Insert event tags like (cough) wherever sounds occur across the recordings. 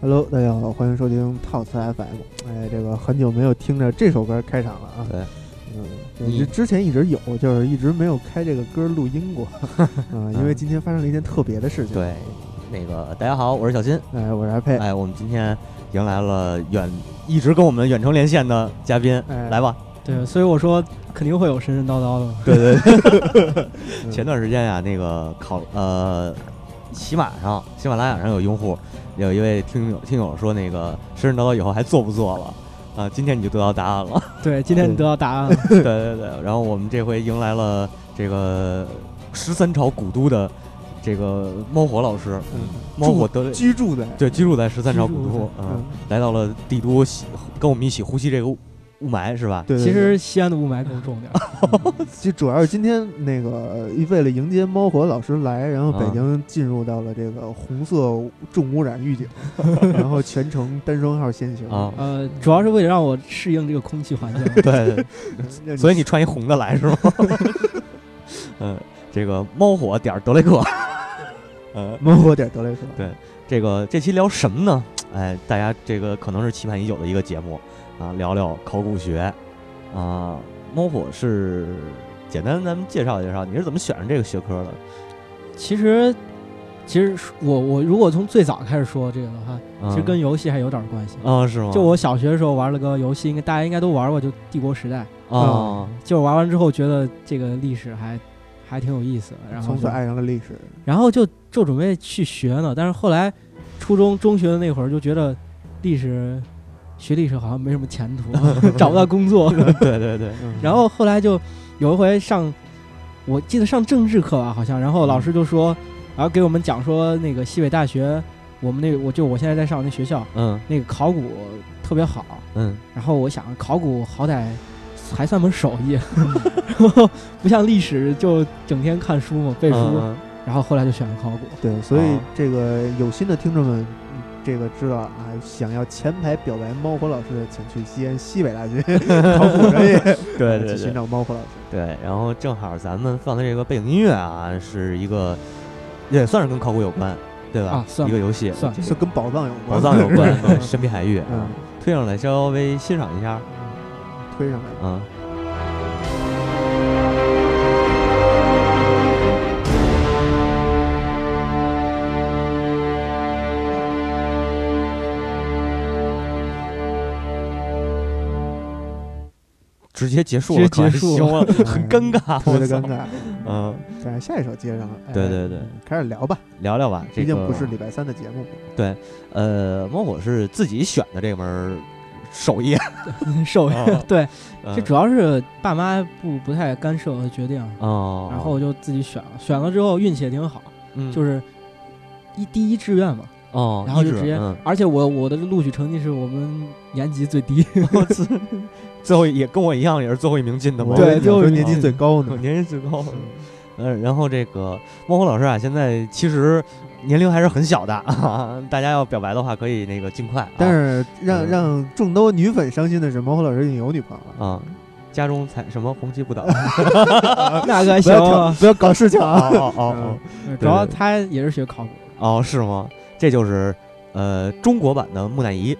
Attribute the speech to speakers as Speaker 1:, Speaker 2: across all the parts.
Speaker 1: Hello，大家好，欢迎收听套词 FM。哎，这个很久没有听着这首歌开场了啊。
Speaker 2: 对，
Speaker 1: 嗯，
Speaker 2: 你
Speaker 1: 之之前一直有，就是一直没有开这个歌录音
Speaker 2: (laughs)
Speaker 1: 过。嗯，因为今天发生了一件特别的事情。
Speaker 2: 嗯对，那个大家好，我是小新。
Speaker 1: 哎，我是阿佩。
Speaker 2: 哎，我们今天迎来了远一直跟我们远程连线的嘉宾，
Speaker 1: 哎
Speaker 2: 来吧。
Speaker 3: 对，所以我说肯定会有神神叨叨的嘛。
Speaker 2: 对对， (laughs)
Speaker 1: 嗯
Speaker 2: 前段时间呀，那个考呃，喜马上喜马拉雅上有用户有一位听友听友说，那个神神叨叨以后还做不做了？啊，今天你就得到答案了。
Speaker 3: 对，今天你得到答案了。
Speaker 2: 对对对，然后我们这回迎来了这个十三朝古都的这个猫火老师，
Speaker 1: 嗯
Speaker 2: 猫火得
Speaker 1: 居住在
Speaker 2: 对居住在十三朝古
Speaker 3: 居
Speaker 2: 都，
Speaker 3: 住
Speaker 2: 嗯
Speaker 1: 嗯，
Speaker 2: 来到了帝都吸，跟我们一起呼吸这个雾雾霾
Speaker 1: (laughs)
Speaker 2: 是吧？
Speaker 1: 对，对
Speaker 3: 其实西安的雾霾更重点儿。
Speaker 1: 对其实主要是今天那个呃为了迎接猫火老师来，然后北
Speaker 2: 啊
Speaker 1: 京进入到了这个红色重污染预
Speaker 2: (laughs)
Speaker 1: 警，然后全程单双号限行
Speaker 2: 啊。
Speaker 3: 呃，主要是为了让我适应这个空气环境。 (laughs)
Speaker 2: 对，
Speaker 1: 嗯那
Speaker 2: 所以你穿一红的来是吗？嗯，这个猫火点儿德雷 (laughs) 克，呃，
Speaker 1: 猫火点德雷克。
Speaker 2: 这个这期聊什么呢？哎，大家这个可能是期盼已久的一个节目啊，聊聊考古学啊。猫火是简单，咱们介绍介绍，你是怎么选上这个学科的？
Speaker 3: 其实，其实我我如果从最早开始说这个的话，
Speaker 2: 嗯
Speaker 3: 其实跟游戏还有点儿关系。
Speaker 2: 啊是吗？
Speaker 3: 就我小学的时候玩了个游戏，应该大家应该都玩过，就《帝国时代》。
Speaker 2: 啊，
Speaker 3: 就玩完之后觉得这个历史还还挺有意思的，然后
Speaker 1: 从此
Speaker 3: 就
Speaker 1: 爱上了历史。
Speaker 3: 然后就就准备去学呢。但是后来初中、中学的那会儿就觉得历史学历史好像没什么前途，找不到工
Speaker 2: (laughs)
Speaker 3: 作。
Speaker 2: 对对对，
Speaker 1: 嗯
Speaker 3: 然后后来就有一回上，我记得上政治课吧，好像，然后老师就说，然后给我们讲说那个西北大学，我们那我就我现在在上那学校
Speaker 2: 嗯
Speaker 3: 那个考古特别好，
Speaker 2: 嗯
Speaker 3: 然后我想考古好歹还算门手艺， (laughs) 然后不像历史就整天看书嘛背书，
Speaker 2: 嗯嗯
Speaker 3: 然后后来就选了考古。
Speaker 1: 对，所以
Speaker 2: 啊
Speaker 1: 这个有心的听众们，嗯这个知道啊，想要前排表白猫火老师的，请去西安西北大学 (laughs) 考古专业，(laughs)
Speaker 2: 对对
Speaker 1: 去
Speaker 2: 对
Speaker 1: 寻。找猫火老师。
Speaker 2: 对，然后正好咱们放的这个背景音乐啊，是一个也算是跟考古有关，对吧？
Speaker 3: 啊算
Speaker 2: 一个游戏，
Speaker 3: 算
Speaker 2: 这个
Speaker 1: 是跟宝藏有关，
Speaker 2: 宝藏有关，对，
Speaker 1: (laughs)
Speaker 3: (laughs) 嗯
Speaker 2: 神秘海域，
Speaker 1: 嗯，
Speaker 2: 推上来稍微欣赏一下，
Speaker 1: 推上来了。
Speaker 2: 嗯。直接结束了，
Speaker 3: 直接结束
Speaker 2: 了，很尴
Speaker 3: (laughs)
Speaker 2: 尬，
Speaker 1: 特别的
Speaker 2: 我
Speaker 1: 尴
Speaker 2: 操。
Speaker 1: 尬，
Speaker 2: 嗯，
Speaker 1: 咱下一首接上了。哎
Speaker 2: 对对对，
Speaker 3: 嗯
Speaker 1: 开始聊吧，
Speaker 2: 聊聊吧，这
Speaker 1: 毕
Speaker 2: 个
Speaker 1: 竟不是礼拜三的节目。
Speaker 2: 呃，猫火是自己选的这门儿手艺，
Speaker 3: 受益、
Speaker 2: 哦
Speaker 3: 对，
Speaker 2: 嗯
Speaker 3: (laughs) 这主要是爸妈不不太干涉我的决定，
Speaker 2: 哦，
Speaker 3: 然后我就自己选了，选了之后运气也挺好，
Speaker 2: 嗯
Speaker 3: 就是一第一志愿嘛，
Speaker 2: 哦，
Speaker 3: 然后就
Speaker 2: 一指
Speaker 3: 直接
Speaker 2: 嗯
Speaker 3: 而且我我的录取成绩是我们年级最
Speaker 2: (laughs)
Speaker 3: 低，
Speaker 2: 我自最后也跟我一样，也是最后一名进的嘛，
Speaker 3: 对就
Speaker 1: 就是
Speaker 3: 是
Speaker 1: 年级最高
Speaker 2: (laughs) 我 (laughs)
Speaker 1: 呢。
Speaker 2: 年龄最高。嗯，然后这个猫火老师啊，现在其实年龄还是很小的， (laughs) 大家要表白的话可以那个尽快啊，
Speaker 1: (laughs) 但是让
Speaker 2: 嗯
Speaker 1: 让众多女粉伤心的是，猫火老师已经有女朋友了。
Speaker 2: 啊，家中才什么红旗不倒， (laughs)
Speaker 3: 那个
Speaker 1: 不
Speaker 3: 行
Speaker 1: 要
Speaker 3: 啊
Speaker 1: 挑，不要搞事情啊！
Speaker 2: 哦哦
Speaker 3: 主要
Speaker 2: 对
Speaker 3: 他也是学考古，
Speaker 2: 哦哦，是吗？这就是呃中国版的木乃伊，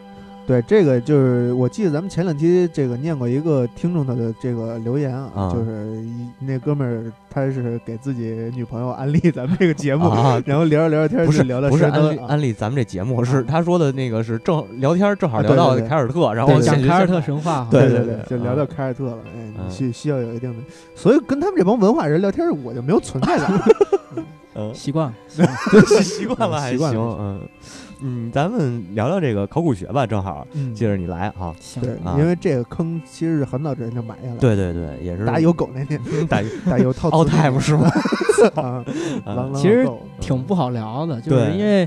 Speaker 1: 对，这个就是我记得咱们前两期这个念过一个听众的这个留言啊，
Speaker 2: 啊
Speaker 1: 就是一那哥们儿他是给自己女朋友安利咱们这个节目，
Speaker 2: 啊
Speaker 1: 然后聊着聊着天儿
Speaker 2: 不
Speaker 1: 就是聊到
Speaker 2: 不是
Speaker 1: 山东啊
Speaker 2: 安利安利咱们这节目是他说的那个是正聊天正好
Speaker 1: 啊
Speaker 2: 聊
Speaker 1: 对
Speaker 2: 到
Speaker 1: 对对
Speaker 2: 凯尔特，然后
Speaker 1: 对
Speaker 2: 现
Speaker 3: 讲
Speaker 2: 实
Speaker 3: 凯尔
Speaker 2: 生
Speaker 3: 特神话哈，
Speaker 2: 对
Speaker 1: 对
Speaker 2: 对
Speaker 1: 就
Speaker 2: 啊
Speaker 1: 聊到凯尔特了。哎，
Speaker 2: 嗯
Speaker 1: 你需需要有一定的，所以跟他们这帮文化人聊天儿，我就没有存在
Speaker 2: (laughs)
Speaker 1: 感。
Speaker 2: 嗯
Speaker 3: 习
Speaker 2: (laughs)
Speaker 3: 惯了。
Speaker 2: 习习惯了
Speaker 1: 嗯
Speaker 2: 还
Speaker 1: 习
Speaker 2: 行
Speaker 1: 惯了
Speaker 2: 嗯嗯，咱们聊聊这个考古学吧，正好 (laughs)
Speaker 1: 嗯，
Speaker 2: 接着你来啊，
Speaker 3: 行，
Speaker 1: 对，
Speaker 2: 啊
Speaker 1: 因为这个坑其实是很早之前就埋下了。，
Speaker 2: 对对对，也是
Speaker 1: 打有狗那天，
Speaker 2: 打
Speaker 1: (laughs) 打有
Speaker 2: (laughs)
Speaker 1: 套
Speaker 2: all
Speaker 1: 词
Speaker 2: time 是吗？
Speaker 1: (laughs) 啊，狼
Speaker 2: 嗯
Speaker 1: 狼
Speaker 3: 其实
Speaker 1: 有狗
Speaker 3: 挺不好聊的，就是
Speaker 2: 对
Speaker 3: 因为，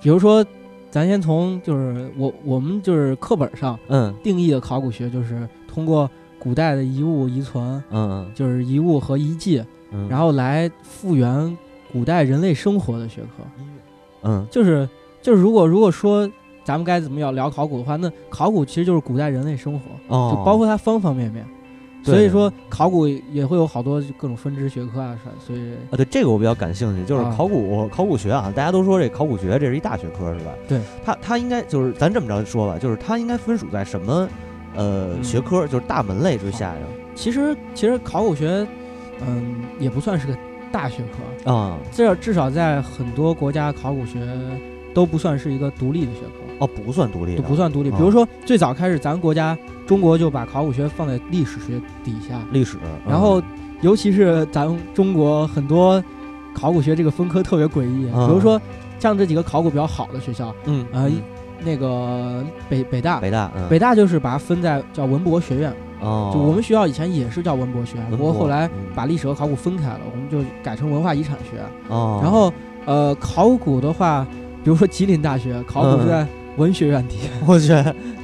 Speaker 3: 比如说，咱先从就是我我们就是课本上
Speaker 2: 嗯
Speaker 3: 定义的考古学，就是通过古代的遗物遗存，
Speaker 2: 嗯
Speaker 3: 就是遗物和遗迹，
Speaker 2: 嗯，
Speaker 3: 然
Speaker 2: 后
Speaker 3: 后来复原古代人类生活的学科。
Speaker 2: 嗯
Speaker 3: 就是就是如果如果说咱们该怎么要聊考古的话，那考古其实就是古代人类生活，
Speaker 2: 哦，
Speaker 3: 就包括它方方面面。
Speaker 2: 对
Speaker 3: 所以说考古也会有好多各种分支学科啊，所以
Speaker 2: 啊，对这个我比较感兴趣，就是
Speaker 3: 啊
Speaker 2: 考古、考古学啊，大家都说这考古学这是一大学科是吧？
Speaker 3: 对，
Speaker 2: 它它应该就是咱这么着说吧，就是它应该分属在什么呃、
Speaker 3: 嗯
Speaker 2: 学科，就是大门类之下呀？
Speaker 3: 其实其实考古学，嗯，也不算是个大学科，
Speaker 2: 啊、
Speaker 3: 这至少在很多国家考古学都不算是一个独立的学科，
Speaker 2: 哦，不算独立
Speaker 3: 都
Speaker 2: 的，
Speaker 3: 不算独立。
Speaker 2: 啊
Speaker 3: 比如说最早开始，咱国家中国就把考古学放在历史学底下，
Speaker 2: 历史，
Speaker 3: 然后尤其是咱中国很多考古学这个分科特别诡异，
Speaker 2: 啊
Speaker 3: 比如说像这几个考古比较好的学校，
Speaker 2: 嗯
Speaker 3: 呃
Speaker 2: 嗯
Speaker 3: 那个北北大。
Speaker 2: 北大，嗯、
Speaker 3: 北大就是把它分在叫文博学院，
Speaker 2: 哦，
Speaker 3: 就我们学校以前也是叫文博学院，
Speaker 2: 文
Speaker 3: 不过
Speaker 2: 博
Speaker 3: 后来
Speaker 2: 嗯
Speaker 3: 把历史和考古分开了，我们就改成文化遗产学。
Speaker 2: 哦，
Speaker 3: 然后呃，考古的话，比如说吉林大学考
Speaker 2: 嗯
Speaker 3: 古是在文学院底下，
Speaker 2: 我去，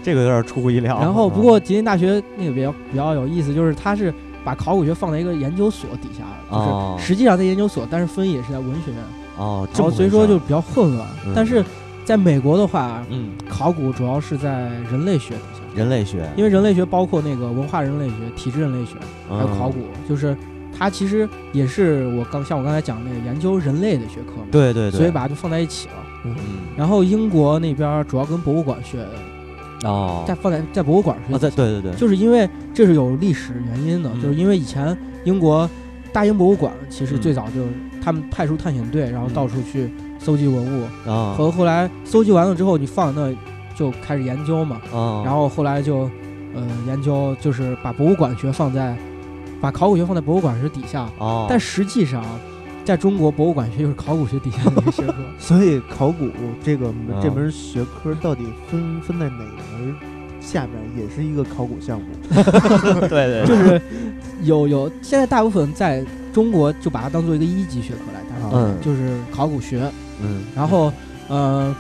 Speaker 2: 这个有点出乎意料。
Speaker 3: 然后不
Speaker 2: 啊
Speaker 3: 过吉林大学那个比较比较有意思，就是它是把考古学放在一个研究所底下了，
Speaker 2: 哦
Speaker 3: 就是实际上在研究所，但是分也是在文学院，
Speaker 2: 哦，这
Speaker 3: 然后
Speaker 2: 么
Speaker 3: 所以
Speaker 2: 回
Speaker 3: 说
Speaker 2: 事
Speaker 3: 就
Speaker 2: 儿
Speaker 3: 比较混乱
Speaker 2: 嗯。
Speaker 3: 但是在美国的话，
Speaker 2: 嗯，
Speaker 3: 考古主要是在人类学底下。
Speaker 2: 人类学，
Speaker 3: 因为人类学包括那个文化人类学、体制人类学，还有
Speaker 2: 嗯
Speaker 3: 考古，就是它其实也是我刚像我刚才讲那个研究人类的学科嘛，
Speaker 2: 对对对，
Speaker 3: 所以把它就放在一起了。
Speaker 2: 嗯
Speaker 3: 然后英国那边主要跟博物馆学，
Speaker 2: 哦
Speaker 3: 在放在在博物馆学，
Speaker 2: 啊在对对对，
Speaker 3: 就是因为这是有历史原因的，
Speaker 2: 嗯
Speaker 3: 就是因为以前英国大英博物馆其实
Speaker 2: 嗯
Speaker 3: 最早就他们派出探险队，然后
Speaker 2: 嗯
Speaker 3: 到处去搜集文物，
Speaker 2: 啊
Speaker 3: 和后来搜集完了之后你放在那就开始研究嘛，
Speaker 2: 啊，
Speaker 3: 然后后来就呃研究就是把博物馆学放在把考古学放在博物馆学底下，
Speaker 2: 哦，
Speaker 3: 但实际上在中国博物馆学就是考古学底下的一
Speaker 2: (laughs)
Speaker 3: 个学科。
Speaker 1: 所以考古这个
Speaker 2: 啊
Speaker 1: 这门学科到底分分在哪门下面，也是一个考古项目。
Speaker 2: 对对，
Speaker 3: 就
Speaker 2: 对
Speaker 3: 是有有，现在大部分在中国就把它当做一个一级学科来看，
Speaker 1: 啊
Speaker 2: 嗯
Speaker 3: 就是考古学。
Speaker 2: 嗯，
Speaker 3: 然后呃，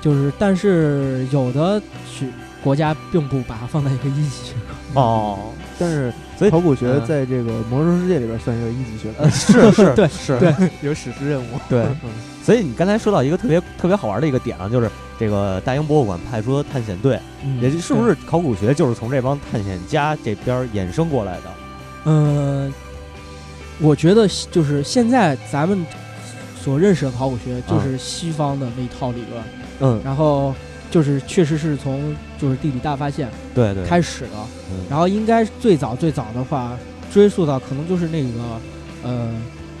Speaker 3: 就是但是有的学国家并不把它放在一个一级学科。
Speaker 2: 哦，
Speaker 1: (laughs) 但是
Speaker 2: 所以
Speaker 1: 考古学
Speaker 2: 嗯
Speaker 1: 在这个魔兽世界里边算一个一级学
Speaker 2: (laughs)
Speaker 1: 科
Speaker 2: 呃，是是
Speaker 3: 对
Speaker 2: 是 (laughs)
Speaker 3: 对
Speaker 1: 有史诗任务。
Speaker 2: 对，
Speaker 1: 嗯
Speaker 2: 所以你刚才说到一个特别特别好玩的一个点啊，就是这个大英博物馆派出的探险队，也就是不
Speaker 3: 对？
Speaker 2: 是考古学就是从这帮探险家这边儿衍生过来的？
Speaker 3: 嗯、我觉得西就是现在咱们所认识的考古
Speaker 2: 啊
Speaker 3: 学，就是西方的那一套理论，
Speaker 2: 嗯，
Speaker 3: 然后就是确实是从就是地理大发现
Speaker 2: 对对，
Speaker 3: 开始的。
Speaker 2: 嗯
Speaker 3: 然后应该最早最早的话，追溯到可能就是那个，呃，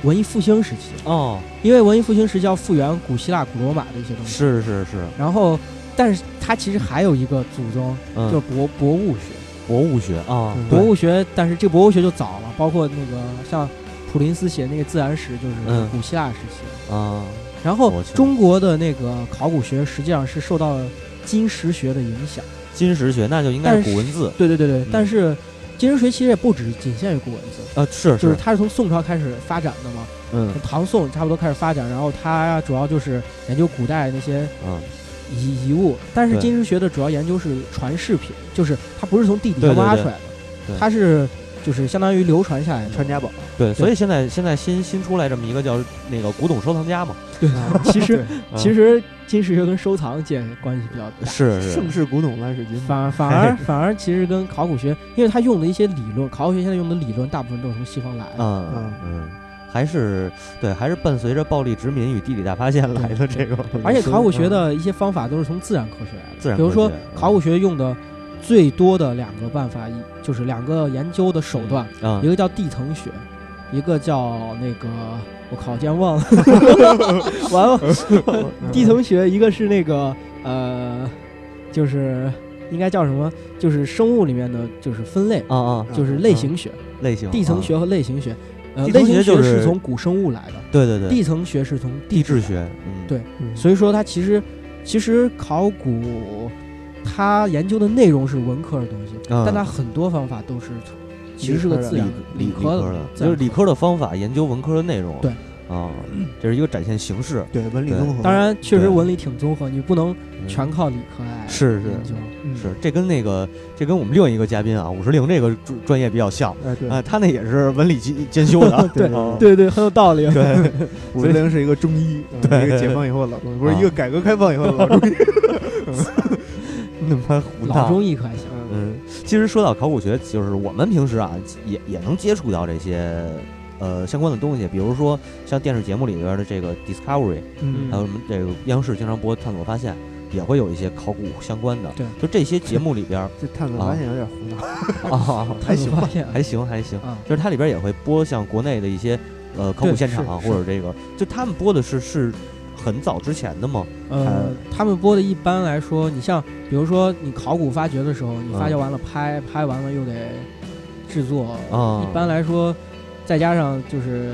Speaker 3: 文艺复兴时期，
Speaker 2: 哦，
Speaker 3: 因为文艺复兴时期要复原古希腊、古罗马的一些东西。
Speaker 2: 是是是，
Speaker 3: 然后，但是它其实还有一个祖宗，
Speaker 2: 嗯，
Speaker 3: 就是博博物学。
Speaker 2: 博物学啊
Speaker 1: 嗯，
Speaker 3: 博
Speaker 1: (laughs)
Speaker 2: 对
Speaker 3: 物学，但是这个博物学就早了，包括那个像普林斯写那个《自然史》，就是
Speaker 2: 嗯
Speaker 3: 古希腊时期。
Speaker 2: 啊，
Speaker 3: 然后
Speaker 2: 我去
Speaker 3: 中国的那个考古学实际上是受到金石学的影响。
Speaker 2: 金石学那就应该
Speaker 3: 但
Speaker 2: 是古文字
Speaker 3: 对对对对，
Speaker 2: 嗯
Speaker 3: 但是金石学其实也不止仅限于古文字。
Speaker 2: 啊，是
Speaker 3: 就是它是从宋朝开始发展的嘛，
Speaker 2: 嗯
Speaker 3: 从唐宋差不多开始发展，然后它主要就是研究古代那些
Speaker 2: 嗯，
Speaker 3: 遗遗物，但是
Speaker 2: 对
Speaker 3: 金石学的主要研究是传世品，就是它不是从地底
Speaker 2: 对
Speaker 3: 下
Speaker 2: 对
Speaker 3: 挖
Speaker 2: 对
Speaker 3: 出来的，
Speaker 2: 对
Speaker 3: 它是就是相当于流传下来的。
Speaker 1: 传家宝，
Speaker 2: 对，所以现在现在新新出来这么一个叫那个古董收藏家嘛，
Speaker 3: 对，
Speaker 1: 啊
Speaker 3: 其实
Speaker 2: 嗯
Speaker 3: 其实金石学跟收藏界关系比较大。
Speaker 2: 是
Speaker 1: 盛
Speaker 2: 是
Speaker 1: 世古董万事金。
Speaker 3: 反而反而反而，其实跟考古学，因为它用的一些理论，考古学现在用的理论大部分都是从西方来的。
Speaker 2: 嗯嗯，还是对，还是伴随着暴力殖民与地理大发现来的这
Speaker 3: (laughs)
Speaker 2: 个
Speaker 3: 而且考古学
Speaker 1: 嗯
Speaker 3: 的一些方法都是从自然科学来的，
Speaker 2: 自然
Speaker 3: 比如说
Speaker 2: 科学嗯
Speaker 3: 考古学用的最多的两个办法，一就是两个研究的手段，
Speaker 2: 啊
Speaker 3: 一，个叫地层学，一个叫那个我靠，我竟然忘了，完了，
Speaker 1: 嗯
Speaker 3: 地层学，一个是那个呃，就是应该叫什么，就是生物里面的就是分类，
Speaker 2: 啊啊
Speaker 3: 就是类型学、
Speaker 2: 类型嗯
Speaker 3: 地层，学和类型学。呃，
Speaker 2: 地
Speaker 3: 类
Speaker 2: 层
Speaker 3: 型
Speaker 2: 学就是
Speaker 3: 是从古生物来的，
Speaker 2: 对对对，
Speaker 3: 地层学是从
Speaker 2: 地
Speaker 3: 地
Speaker 2: 质学，嗯，
Speaker 3: 对
Speaker 1: 嗯
Speaker 3: 所以说它其实其实考古，它研究的内容是文科的东西，
Speaker 2: 嗯
Speaker 3: 但它很多方法都是其实是个自然
Speaker 2: 理
Speaker 3: 科
Speaker 2: 科的，
Speaker 3: 自
Speaker 2: 就
Speaker 3: 然
Speaker 2: 是理科的方法研究文科的内容，
Speaker 3: 对
Speaker 2: 啊，这是一个展现形式，
Speaker 1: 对文理
Speaker 2: 对
Speaker 1: 综合。
Speaker 3: 当然，确实
Speaker 2: 对
Speaker 3: 文理挺综合，你不能
Speaker 2: 嗯
Speaker 3: 全靠理科来
Speaker 2: 是是
Speaker 3: 研究。
Speaker 1: 嗯
Speaker 2: 是，这跟那个这跟我们另一个嘉宾啊，五十铃这个专专业比较像
Speaker 1: 哎对，
Speaker 2: 啊，他那也是文理兼兼修的
Speaker 1: 对
Speaker 2: 啊
Speaker 3: (laughs) 对对，很有道理。
Speaker 2: 对，
Speaker 1: 五零零是一个中医，嗯一个解放以后的老
Speaker 2: 啊 (laughs)
Speaker 1: 中医，不是一个改革开放以后的老中医。
Speaker 2: 那么胡闹
Speaker 3: 老中医可还行，
Speaker 1: 嗯
Speaker 2: 嗯，其实说到考古学，就是我们平时啊也也能接触到这些呃相关的东西，比如说像电视节目里边的这个 Discovery，
Speaker 1: 嗯
Speaker 2: 还有什么这个央视经常播《探索发现》，也会有一些考古相关的。
Speaker 3: 对，
Speaker 2: 就这些节目里边儿
Speaker 1: 这探索发现有点胡闹，
Speaker 2: 啊，
Speaker 3: (laughs)
Speaker 1: 还行吧
Speaker 3: 发现
Speaker 2: 还行还行，
Speaker 3: 啊，
Speaker 2: 就是它里边也会播像国内的一些呃考古
Speaker 3: 对
Speaker 2: 现
Speaker 3: 是
Speaker 2: 场啊
Speaker 3: 是
Speaker 2: 或者这个，就他们播的是是很早之前的吗？
Speaker 3: 呃，他们播的一般来说，你像比如说你考古发掘的时候，你
Speaker 2: 嗯
Speaker 3: 发掘完了拍，拍完了又得制作，
Speaker 2: 啊，
Speaker 3: 一般来说，再加上就是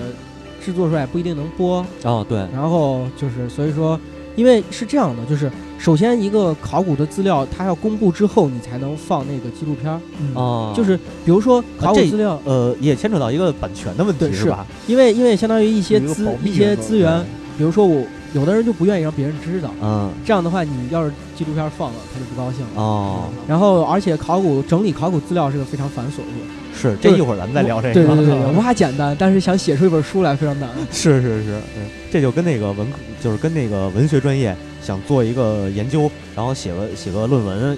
Speaker 3: 制作出来不一定能播，
Speaker 2: 哦对，
Speaker 3: 然后就是所以说，因为是这样的，就是首先一个考古的资料它要公布之后，你才能放那个纪录片儿，
Speaker 2: 哦，
Speaker 3: 就是比如说考古
Speaker 2: 这
Speaker 3: 资料，
Speaker 2: 呃也牵扯到一个版权的问题
Speaker 3: 对是
Speaker 2: 吧？
Speaker 3: 因为因为相当于一些
Speaker 1: 有一个
Speaker 3: 资
Speaker 1: 保密
Speaker 3: 一些
Speaker 1: 原则
Speaker 3: 资源，比如说我有的人就不愿意让别人知道，
Speaker 2: 嗯
Speaker 3: 这样的话你要是纪录片放了，他就不高兴了。
Speaker 2: 哦。
Speaker 3: 然后，而且考古整理考古资料是个非常繁琐的过程。
Speaker 2: 是，
Speaker 3: 就
Speaker 2: 这
Speaker 3: 是
Speaker 2: 一会儿咱们再聊这个。
Speaker 3: 对对
Speaker 2: (laughs)
Speaker 3: 对对，无法简单，但是想写出一本书来非常难。
Speaker 2: 是是是，嗯，这就跟那个文科，就是跟那个文学专业想做一个研究，然后写个写个论文，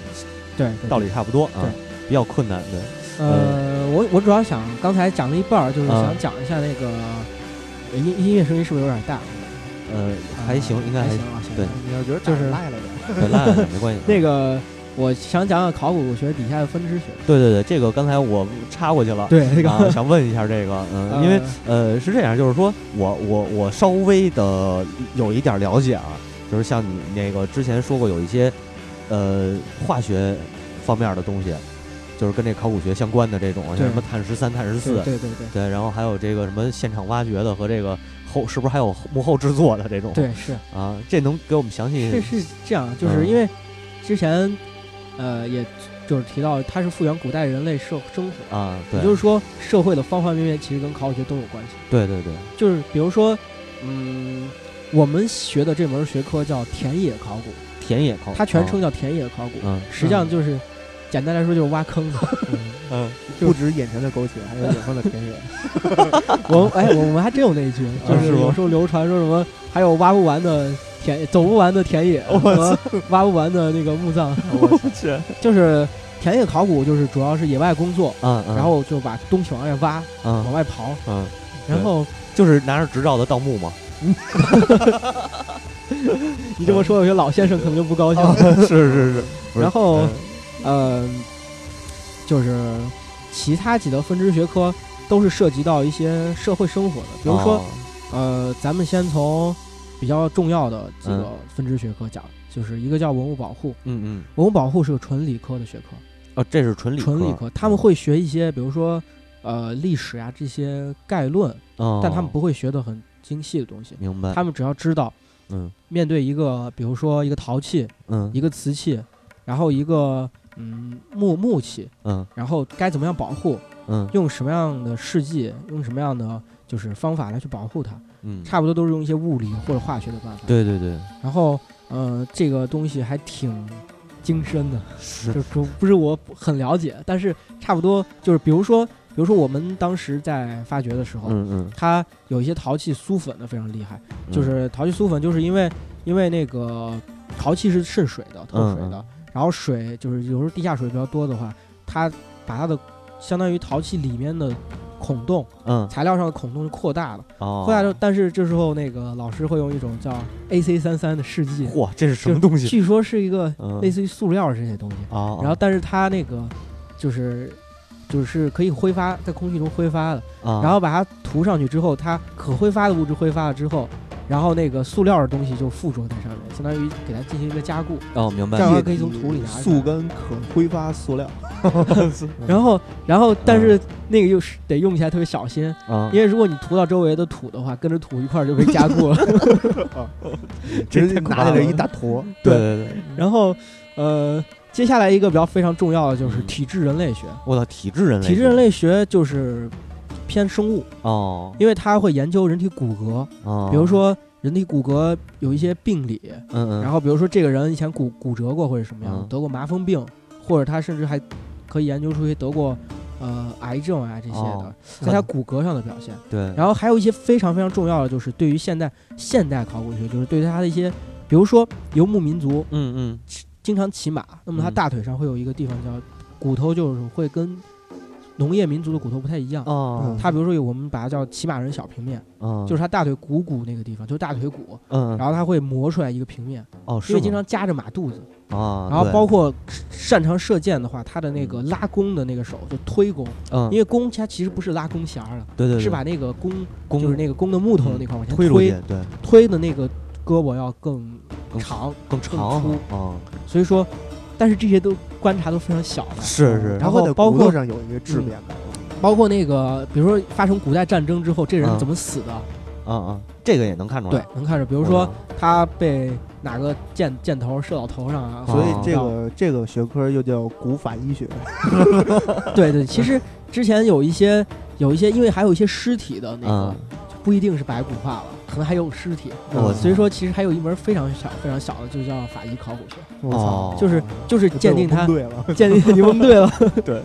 Speaker 3: 对，对
Speaker 2: 道理差不多啊
Speaker 3: 对，
Speaker 2: 比较困难。对，
Speaker 3: 呃，我我主要想刚才讲了一半儿，就是
Speaker 2: 嗯
Speaker 3: 想讲一下那个呃音音乐声音是不是有点大？
Speaker 2: 呃，还行，应该
Speaker 3: 还
Speaker 2: 还
Speaker 3: 行啊，行
Speaker 2: 对
Speaker 1: 你要呃觉得
Speaker 3: 就是。
Speaker 1: 赖了点，
Speaker 2: 对烂了点没关系啊 (laughs)
Speaker 3: 那个，我想讲讲考古学底下的分支学。
Speaker 2: 对对对，这个刚才我插过去了。
Speaker 3: 对，那
Speaker 2: 啊，
Speaker 3: 个
Speaker 2: 想问一下这个，嗯，因为呃是这样，就是说我我我稍微的有一点了解啊，就是像你那个之前说过有一些呃化学方面的东西，就是跟这考古学相关的这种，像
Speaker 3: 对
Speaker 2: 什么碳十三、碳十四
Speaker 3: 对，对对对
Speaker 2: 对，然后还有这个什么现场挖掘的和这个后，是不是还有幕后制作的这种？
Speaker 3: 对是
Speaker 2: 啊，这能给我们详细
Speaker 3: 是是这样，就是
Speaker 2: 嗯
Speaker 3: 因为之前呃也就是提到它是复原古代人类社生活，
Speaker 2: 啊？对，
Speaker 3: 也就是说社会的方方面面其实跟考古学都有关系。
Speaker 2: 对对对，
Speaker 3: 就是比如说，嗯，我们学的这门学科叫田野考古，
Speaker 2: 田野考，
Speaker 3: 它全称
Speaker 2: 啊
Speaker 3: 叫田野考古。
Speaker 2: 嗯
Speaker 3: 实际上就是，简单来说就是挖坑的。
Speaker 2: 嗯
Speaker 3: 就
Speaker 1: 不止眼前的苟且，还有远方的
Speaker 3: (laughs)
Speaker 1: 田野。
Speaker 3: 我们哎，我们还真有那一句，就
Speaker 2: 啊
Speaker 3: 是
Speaker 2: 是吗
Speaker 3: 有时候流传说什么还有挖不完的田，走不完的田野，
Speaker 2: (laughs) 我
Speaker 3: 和挖不完的那个墓葬，
Speaker 2: (laughs) 我去，
Speaker 3: 就是田野考古，就是主要是野外工作，
Speaker 2: 嗯嗯，
Speaker 3: 然后就把东西往外挖，往
Speaker 2: 嗯
Speaker 3: 外刨，
Speaker 2: 嗯，
Speaker 3: 然后
Speaker 2: 就是拿着执照的盗墓嘛，
Speaker 3: 你这么说，有些老先生可能就不高兴了。
Speaker 2: (laughs) 是是是，不是
Speaker 3: (laughs) 然后
Speaker 2: 嗯
Speaker 3: (laughs) 呃，就是其他几个分支学科都是涉及到一些社会生活的，比如说、
Speaker 2: 哦
Speaker 3: 呃，咱们先从比较重要的几个
Speaker 2: 嗯
Speaker 3: 分支学科讲，就是一个叫文物保护，
Speaker 2: 嗯嗯，
Speaker 3: 文物保护是个纯理科的学科，
Speaker 2: 哦，这是纯理
Speaker 3: 纯理科
Speaker 2: 科，，嗯
Speaker 3: 他们会学一些，比如说呃历史呀、这些概论，
Speaker 2: 哦，
Speaker 3: 但他们不会学的很精细的东西，
Speaker 2: 明白，
Speaker 3: 他们只要知道
Speaker 2: 嗯
Speaker 3: 面对一个，比如说一个陶器、
Speaker 2: 嗯
Speaker 3: 一个瓷器，然后一个嗯木木器，
Speaker 2: 嗯
Speaker 3: 然后该怎么样保护，
Speaker 2: 嗯
Speaker 3: 用什么样的试剂，用什么样的就是方法来去保护它，
Speaker 2: 嗯，
Speaker 3: 差不多都是用一些物理或者化学的办法。
Speaker 2: 对对对，
Speaker 3: 然后，呃，这个东西还挺精深的，
Speaker 2: 是
Speaker 3: 就不不是我很了解，但是差不多就是，比如说，比如说我们当时在发掘的时候，
Speaker 2: 嗯嗯，
Speaker 3: 它有一些陶器疏粉的非常厉害，
Speaker 2: 嗯
Speaker 3: 就是陶器疏粉，就是因为因为那个陶器是渗水的、透
Speaker 2: 嗯
Speaker 3: 水的，然后水就是有时候地下水比较多的话，它把它的相当于陶器里面的孔洞
Speaker 2: 嗯
Speaker 3: 材料上的孔洞就扩大了，
Speaker 2: 哦，
Speaker 3: 扩大之后，但是这时候那个老师会用一种叫 AC 三三的试剂，
Speaker 2: 嚯，这是什么东西？
Speaker 3: 据说是一个
Speaker 2: 嗯
Speaker 3: 类似于塑料这些东西，
Speaker 2: 哦，
Speaker 3: 然后但是它那个就是就是可以挥发，在空气中挥发的，
Speaker 2: 啊，
Speaker 3: 然后把它涂上去之后，它可挥发的物质挥发了之后，然后那个塑料的东西就附着在上面，相当于给它进行一个加固。
Speaker 2: 哦，明白
Speaker 3: 这，样
Speaker 1: 液
Speaker 3: 可以从土里拿出来
Speaker 1: 速跟可挥发塑 (laughs) 料，
Speaker 3: 然后然后但是那个又是得用起来特别小心，
Speaker 2: 啊，
Speaker 3: 因为如果你涂到周围的土的话，跟着土一块儿就被加
Speaker 2: (laughs)
Speaker 3: 固了。 (laughs)
Speaker 1: 直
Speaker 2: 这
Speaker 1: 接
Speaker 2: 太可怕
Speaker 1: 拿起来
Speaker 2: 了
Speaker 1: 一大坨。
Speaker 2: 对对对，
Speaker 3: 然后呃，接下来一个比较非常重要的就是
Speaker 2: 嗯
Speaker 3: 体制人类学，
Speaker 2: 我操，体制人类，
Speaker 3: 体制人类学就是偏生物，
Speaker 2: 哦，
Speaker 3: 因为它会研究人体骨骼，
Speaker 2: 哦，
Speaker 3: 比如，说人体骨骼有一些病理，
Speaker 2: 嗯嗯，
Speaker 3: 然
Speaker 2: 后
Speaker 3: 后比如说这个人以前骨骨折过或者什么样，
Speaker 2: 嗯
Speaker 3: 得过麻风病，或者他甚至还可以研究出一些得过呃癌症啊这些
Speaker 2: 哦嗯
Speaker 3: 的，在他骨骼上的表现。
Speaker 2: 对，
Speaker 3: 然后还有一些非常非常重要的，就是对于现代现代考古学，就是对于他的一些，比如说游牧民族
Speaker 2: 嗯嗯，
Speaker 3: 经常骑马，那么他
Speaker 2: 嗯
Speaker 3: 大腿上会有一个地方叫骨头就是会跟农业民族的骨头不太一样。
Speaker 2: 哦，
Speaker 3: 它比如说有我们把它叫骑马人小平面，
Speaker 2: 嗯，
Speaker 3: 嗯就是它大腿股骨那个地方，就是大腿骨，
Speaker 2: 嗯，
Speaker 3: 然后它会磨出来一个平面，
Speaker 2: 哦，
Speaker 3: 因
Speaker 2: 是
Speaker 3: 为经
Speaker 2: 吗
Speaker 3: 常夹着马肚子。
Speaker 2: 啊，
Speaker 3: 然后
Speaker 2: 对
Speaker 3: 包括擅长射箭的话，他的那个拉弓的那个手就推弓，
Speaker 2: 嗯，
Speaker 3: 因为弓它其实不是拉弓弦儿了，
Speaker 2: 对对对
Speaker 3: 是把那个弓
Speaker 2: 弓嗯
Speaker 3: 就是那个弓的木头的那块往前
Speaker 2: 推出去
Speaker 3: 推，，
Speaker 2: 对，
Speaker 3: 推的那个胳膊要更
Speaker 2: 更
Speaker 3: 长，
Speaker 2: 更长
Speaker 3: 粗
Speaker 2: 啊，
Speaker 3: 所以说，但是这些都观察都非常小的，
Speaker 2: 是是，
Speaker 1: 然
Speaker 3: 然
Speaker 1: 后
Speaker 3: 后
Speaker 1: 在
Speaker 3: 包
Speaker 1: 骨
Speaker 3: 括
Speaker 1: 头上有一个质变感，
Speaker 3: 包括那个比如说发生古代战争之后，这人
Speaker 2: 嗯
Speaker 3: 是怎么死的，
Speaker 2: 啊啊，这个也能看出来，
Speaker 3: 对，能看着，
Speaker 2: 比
Speaker 3: 比如说他被哪个箭箭头射到头上啊，
Speaker 1: 所以这
Speaker 3: 哦
Speaker 1: 个这个学科又叫古法医学，
Speaker 3: 对对，其
Speaker 2: 嗯
Speaker 3: 实之前有一些有一些，因为还有一些尸体的那个
Speaker 2: 嗯，
Speaker 3: 就不一定是白骨化了，可能还有尸体。
Speaker 2: 我
Speaker 3: 哦
Speaker 1: 嗯
Speaker 3: 所以说，其实还有一门非常小、非常小的，就叫法医考古学，
Speaker 1: 我操
Speaker 2: 哦，
Speaker 3: 就是就是鉴定他，
Speaker 1: 对了，
Speaker 3: 鉴
Speaker 2: (laughs)
Speaker 3: 定你蒙对了，
Speaker 1: (laughs) 对，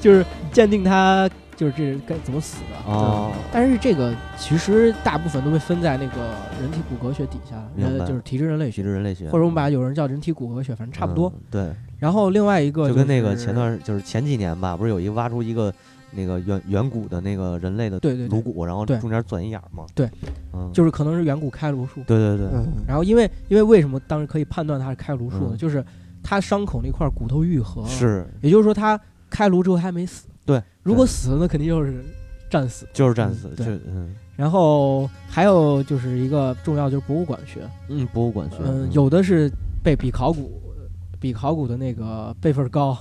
Speaker 3: 就是鉴定他就是这人该怎么死的。啊
Speaker 2: 哦，
Speaker 3: 但是这个其实大部分都被分在那个人体骨骼学底下，
Speaker 2: 明白
Speaker 3: 人就是体质人类
Speaker 2: 体，
Speaker 3: 学
Speaker 2: 质人类学，
Speaker 3: 或者我们把有人叫人体骨骼学，反正差不多。
Speaker 2: 嗯，对，
Speaker 3: 然后另外一个
Speaker 2: 就跟那个
Speaker 3: 是
Speaker 2: 前段就是前几年吧，不是有一个挖出一个那个远远古的那个人类的
Speaker 3: 对对对
Speaker 2: 颅骨，然后
Speaker 3: 对
Speaker 2: 中间钻一眼儿嘛，
Speaker 3: 对，
Speaker 2: 嗯，
Speaker 3: 就是可能是远古开颅术，
Speaker 2: 对对对，
Speaker 1: 嗯，
Speaker 3: 然后因为因为为什么当时可以判断他是开颅术呢？
Speaker 2: 嗯
Speaker 3: 就是他伤口那块骨头愈合了，，
Speaker 2: 是，
Speaker 3: 也就是说他开颅之后他还没死。
Speaker 2: 对，
Speaker 3: 如果
Speaker 2: 对
Speaker 3: 死了，那肯定就是战死。
Speaker 2: 就是战
Speaker 3: 嗯
Speaker 2: 死，就
Speaker 3: 对
Speaker 2: 嗯
Speaker 3: 然后还有就是一个重要就是博物馆学，
Speaker 2: 嗯，博物馆学，
Speaker 3: 嗯，有的是被比考古比考古的那个辈分高，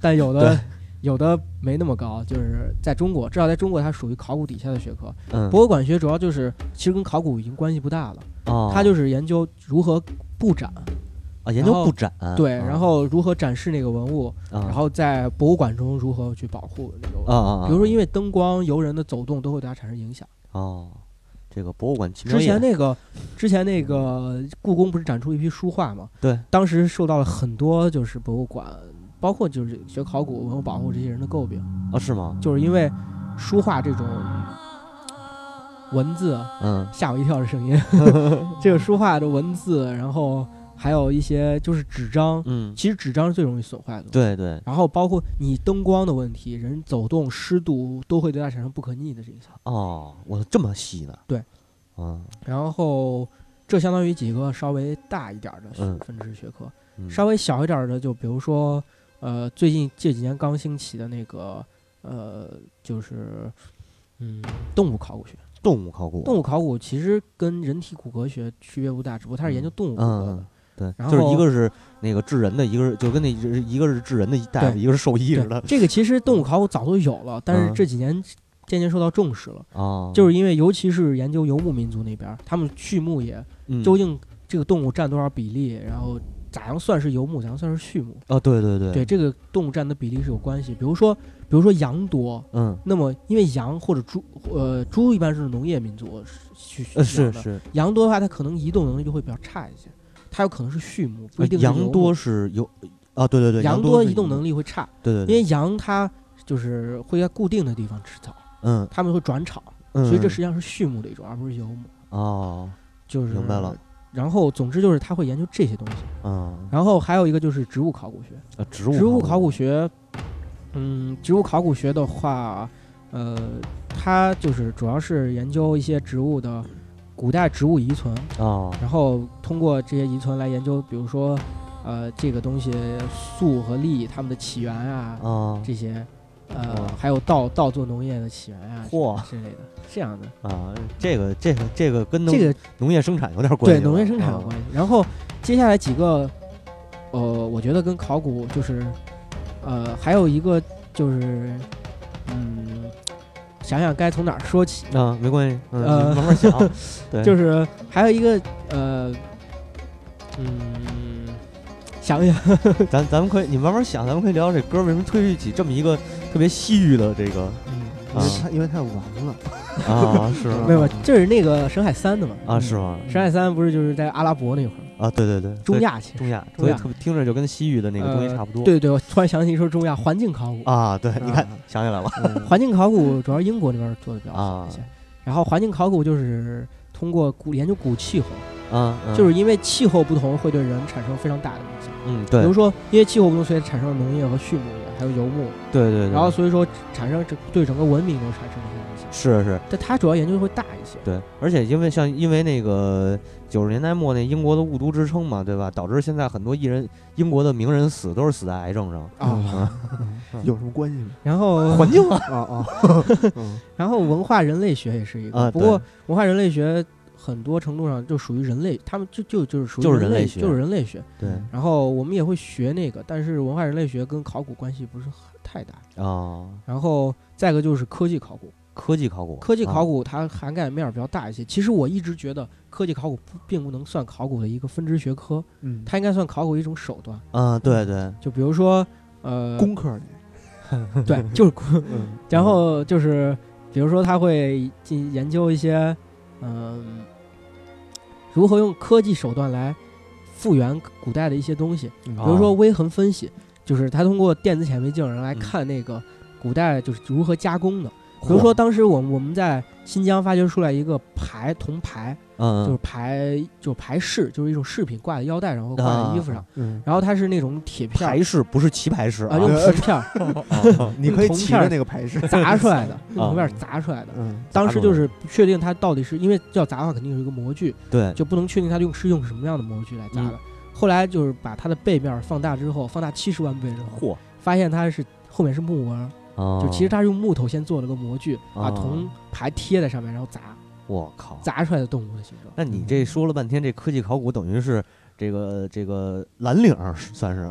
Speaker 3: 但有的
Speaker 2: 对
Speaker 3: 有的没那么高，就是在中国，至少在中国它属于考古底下的学科。
Speaker 2: 嗯，
Speaker 3: 博物馆学主要就是其实跟考古已经关系不大了，
Speaker 2: 哦
Speaker 3: 它就是研究如何布展。
Speaker 2: 啊研
Speaker 3: 然
Speaker 2: 究
Speaker 3: 后
Speaker 2: 布展，嗯
Speaker 3: 对，
Speaker 2: 啊
Speaker 3: 然后如何展示那个文物，
Speaker 2: 然
Speaker 3: 然后在博物馆中如何去保护那个文物。
Speaker 2: 啊啊，
Speaker 3: 比如说，
Speaker 2: 为
Speaker 3: 因为灯光、游人的走动都会对它产生影响。
Speaker 2: 哦，这个博物馆奇妙
Speaker 3: 之前
Speaker 2: 夜
Speaker 3: 那个，之前那个故宫不是展出一批书画嘛？
Speaker 2: 对，
Speaker 3: 当时受到了很多就是博物馆，包括就是学考古、文物保护这些人的诟病，
Speaker 2: 啊是吗？
Speaker 3: 就是因为书画这种文字
Speaker 2: 嗯
Speaker 3: 吓我一跳的声音，这个书画的文字，然后还有一些就是纸张，
Speaker 2: 嗯，
Speaker 3: 其实纸张是最容易损坏的。
Speaker 2: 对对
Speaker 3: 然后包括你灯光的问题、人走动、湿度都会对它产生不可逆的这影响。
Speaker 2: 哦，我这么细呢？
Speaker 3: 对，
Speaker 2: 啊
Speaker 3: 然后这相当于几个稍微大一点儿的学
Speaker 2: 嗯
Speaker 3: 分支学科，
Speaker 2: 嗯
Speaker 3: 稍微小一点儿的就比如说，呃，最近这几年刚兴起的那个，呃，就是。嗯，动物考古学，
Speaker 2: 动物考古，啊
Speaker 3: 动物考古其实跟人体骨骼学区别不大，只不过它是研究动物骨骼的
Speaker 2: 嗯。对，
Speaker 3: 然
Speaker 2: 就是一
Speaker 3: 后
Speaker 2: 个是那个治人的，一个是就跟那一个是治人的大夫，
Speaker 3: 对
Speaker 2: 一个是兽医似的
Speaker 3: 对，这个其实动物考古早就有了，但是
Speaker 2: 嗯
Speaker 3: 这几年渐渐受到重视了。
Speaker 2: 啊，
Speaker 3: 就是因为尤其是研究游牧民族那边儿，他们畜牧业
Speaker 2: 嗯
Speaker 3: 究竟这个动物占多少比例，然后咋样算是游牧，咋样算是畜牧？
Speaker 2: 啊，对对对
Speaker 3: 对，，这个动物占的比例是有关系。比如说，比如说羊多，
Speaker 2: 嗯，
Speaker 3: 那么因为羊或者猪，呃，猪一般是农业民族去去
Speaker 2: 呃
Speaker 3: 去
Speaker 2: 是
Speaker 3: 养的
Speaker 2: 是，
Speaker 3: 羊多的话，它可能移动能力就会比较差一些，它有可能是畜牧，不
Speaker 2: 呃
Speaker 3: 一定是游
Speaker 2: 羊
Speaker 3: 牧
Speaker 2: 多，是有啊，对对对，
Speaker 3: 羊
Speaker 2: 多
Speaker 3: 多移动能
Speaker 2: 力，
Speaker 3: 力会差，
Speaker 2: 对对，
Speaker 3: 因为羊它就是会在固定的地方吃草，
Speaker 2: 嗯，
Speaker 3: 它们会转场，
Speaker 2: 所
Speaker 3: 所以这实际上是畜牧的一种，而不是游牧。
Speaker 2: 哦，
Speaker 3: 就是
Speaker 2: 明白了。
Speaker 3: 然后，总之就是他会研究这些东西。
Speaker 2: 嗯，
Speaker 3: 然后还有一个就是植物考古学，
Speaker 2: 啊植物
Speaker 3: 植物考古学，嗯，植物考古学的话，呃，它就是主要是研究一些植物的古代植物遗存，
Speaker 2: 啊，
Speaker 3: 然后通过这些遗存来研究，比如说，呃，这个东西粟和粒它们的起源啊，
Speaker 2: 啊
Speaker 3: 这些，呃
Speaker 2: 哇，
Speaker 3: 还有稻稻作农业的起源啊
Speaker 2: 嚯
Speaker 3: 之类的，这样的，
Speaker 2: 啊，这个这个这个跟农
Speaker 3: 这个
Speaker 2: 农业生产有点关系
Speaker 3: 对
Speaker 2: 了，
Speaker 3: 农业生产有
Speaker 2: 啊
Speaker 3: 关系。然后接下来几个，呃，我觉得跟考古就是，呃，还有一个就是，嗯，想想该从哪儿说起，
Speaker 2: 啊，没关系，嗯，
Speaker 3: 呃
Speaker 2: 你慢
Speaker 3: (laughs)
Speaker 2: 慢想，对，
Speaker 3: 就是是还有一个呃，嗯，想想，
Speaker 2: 咱咱们可以，你慢慢想，咱们可以聊这歌为什么推起这么一个特别西域的这
Speaker 3: (laughs)
Speaker 2: 个
Speaker 3: 嗯，
Speaker 1: 因为他因为他完了，
Speaker 2: 啊，是吗
Speaker 3: 没有，就是那个沈海三的嘛，
Speaker 2: 啊，是吗？
Speaker 3: 沈海三不是就是在阿拉伯那会儿，
Speaker 2: 啊，对对对，
Speaker 3: 中
Speaker 2: 对
Speaker 3: 亚其实。
Speaker 2: 中亚，
Speaker 3: 中
Speaker 2: 所以
Speaker 3: 亚
Speaker 2: 特别听着就跟西域的那个东西
Speaker 3: 呃
Speaker 2: 差不多。
Speaker 3: 对对，我突然想起一说中亚环境考古，
Speaker 2: 啊，对，你看
Speaker 1: 啊
Speaker 2: 想起来
Speaker 3: (laughs)
Speaker 2: 了
Speaker 3: 环境考古主要是英国那边做的比较
Speaker 2: 啊
Speaker 3: 好一些，然后环境考古就是通过古研究古气候，
Speaker 2: 啊，嗯
Speaker 3: 就是因为气候不同会对人产生非常大的影响。
Speaker 2: 嗯，对，
Speaker 3: 比如说，因为气候不同，所以产生了农业和畜牧业，还有游牧，
Speaker 2: 对对对，
Speaker 3: 然后所以说产生这对整个文明都产生了一些影响。
Speaker 2: 是是，
Speaker 3: 但它主要研究会大一些。
Speaker 2: 对，而且因为像因为那个九十年代末那英国的雾都之称嘛，对吧？导致现在很多艺人英国的名人死都是死在癌症上，
Speaker 1: 啊， (laughs) 有什么关系吗？
Speaker 3: 然后
Speaker 2: 嗯环境啊，
Speaker 1: 啊 (laughs) 啊，嗯
Speaker 3: 然后文化人类学也是一个，
Speaker 2: 啊
Speaker 3: 不
Speaker 2: 对
Speaker 3: 过文化人类学很多程度上就属于人类，他们就就就是属于
Speaker 2: 就是
Speaker 3: 人
Speaker 2: 人类学
Speaker 3: 就是人类学。
Speaker 2: 对
Speaker 1: 嗯
Speaker 3: 然后我们也会学那个，但是文化人类学跟考古关系不是很太大。
Speaker 2: 啊，
Speaker 3: 然后再一个就是科技考古，
Speaker 2: 科技考古，
Speaker 3: 科技考
Speaker 2: 古，
Speaker 3: 古它涵盖面儿比较大一些。其实我一直觉得科技考古不并不能算考古的一个分支学科，
Speaker 1: 嗯，
Speaker 3: 它应该算考古一种手段。
Speaker 2: 嗯，对对，
Speaker 3: 就比如说，呃，
Speaker 1: 工科的，
Speaker 3: 对，就是工，
Speaker 1: 嗯
Speaker 3: 然后就是比如说他会进研究一些，嗯、如何用科技手段来复原古代的一些东西，
Speaker 1: 嗯
Speaker 3: 比
Speaker 2: 啊
Speaker 3: 如说微痕分析，就是他通过电子显微镜然后来
Speaker 2: 嗯
Speaker 3: 看那个古代就是如何加工的。比如说，当时我们我们在新疆发掘出来一个牌铜牌，
Speaker 2: 嗯，
Speaker 3: 就是牌就是牌饰，就是一种饰品挂在腰带上或挂在衣服上
Speaker 2: 啊，
Speaker 1: 嗯，
Speaker 3: 然后它是那种铁片儿
Speaker 2: 排式不是棋牌式
Speaker 3: 啊，用啊
Speaker 1: 呃
Speaker 3: 铜
Speaker 2: (laughs)
Speaker 3: 片儿
Speaker 1: 你可以骑着那个牌式，
Speaker 3: 砸出来的，用
Speaker 2: 啊
Speaker 3: 铜片儿砸出来的。
Speaker 1: 嗯
Speaker 3: 当时就是不确定它到底是因为要砸的话，肯定有一个模具，
Speaker 2: 对，
Speaker 3: 就不能确定它用是用什么样的模具来砸的
Speaker 2: 嗯。
Speaker 3: 后来就是把它的背面放大之后，放大七十万倍之后，
Speaker 2: 嚯，
Speaker 3: 发现它是后面是木纹儿，
Speaker 2: 啊
Speaker 3: 就其实它是用木头先做了个模具，把
Speaker 2: 啊
Speaker 3: 铜牌贴在上面，然后砸
Speaker 2: 我靠，
Speaker 3: 砸出来的动物的形状。
Speaker 2: 那你
Speaker 3: 嗯
Speaker 2: 这说了半天，这科技考古等于是这个这个蓝领儿算
Speaker 3: (laughs)
Speaker 2: 是，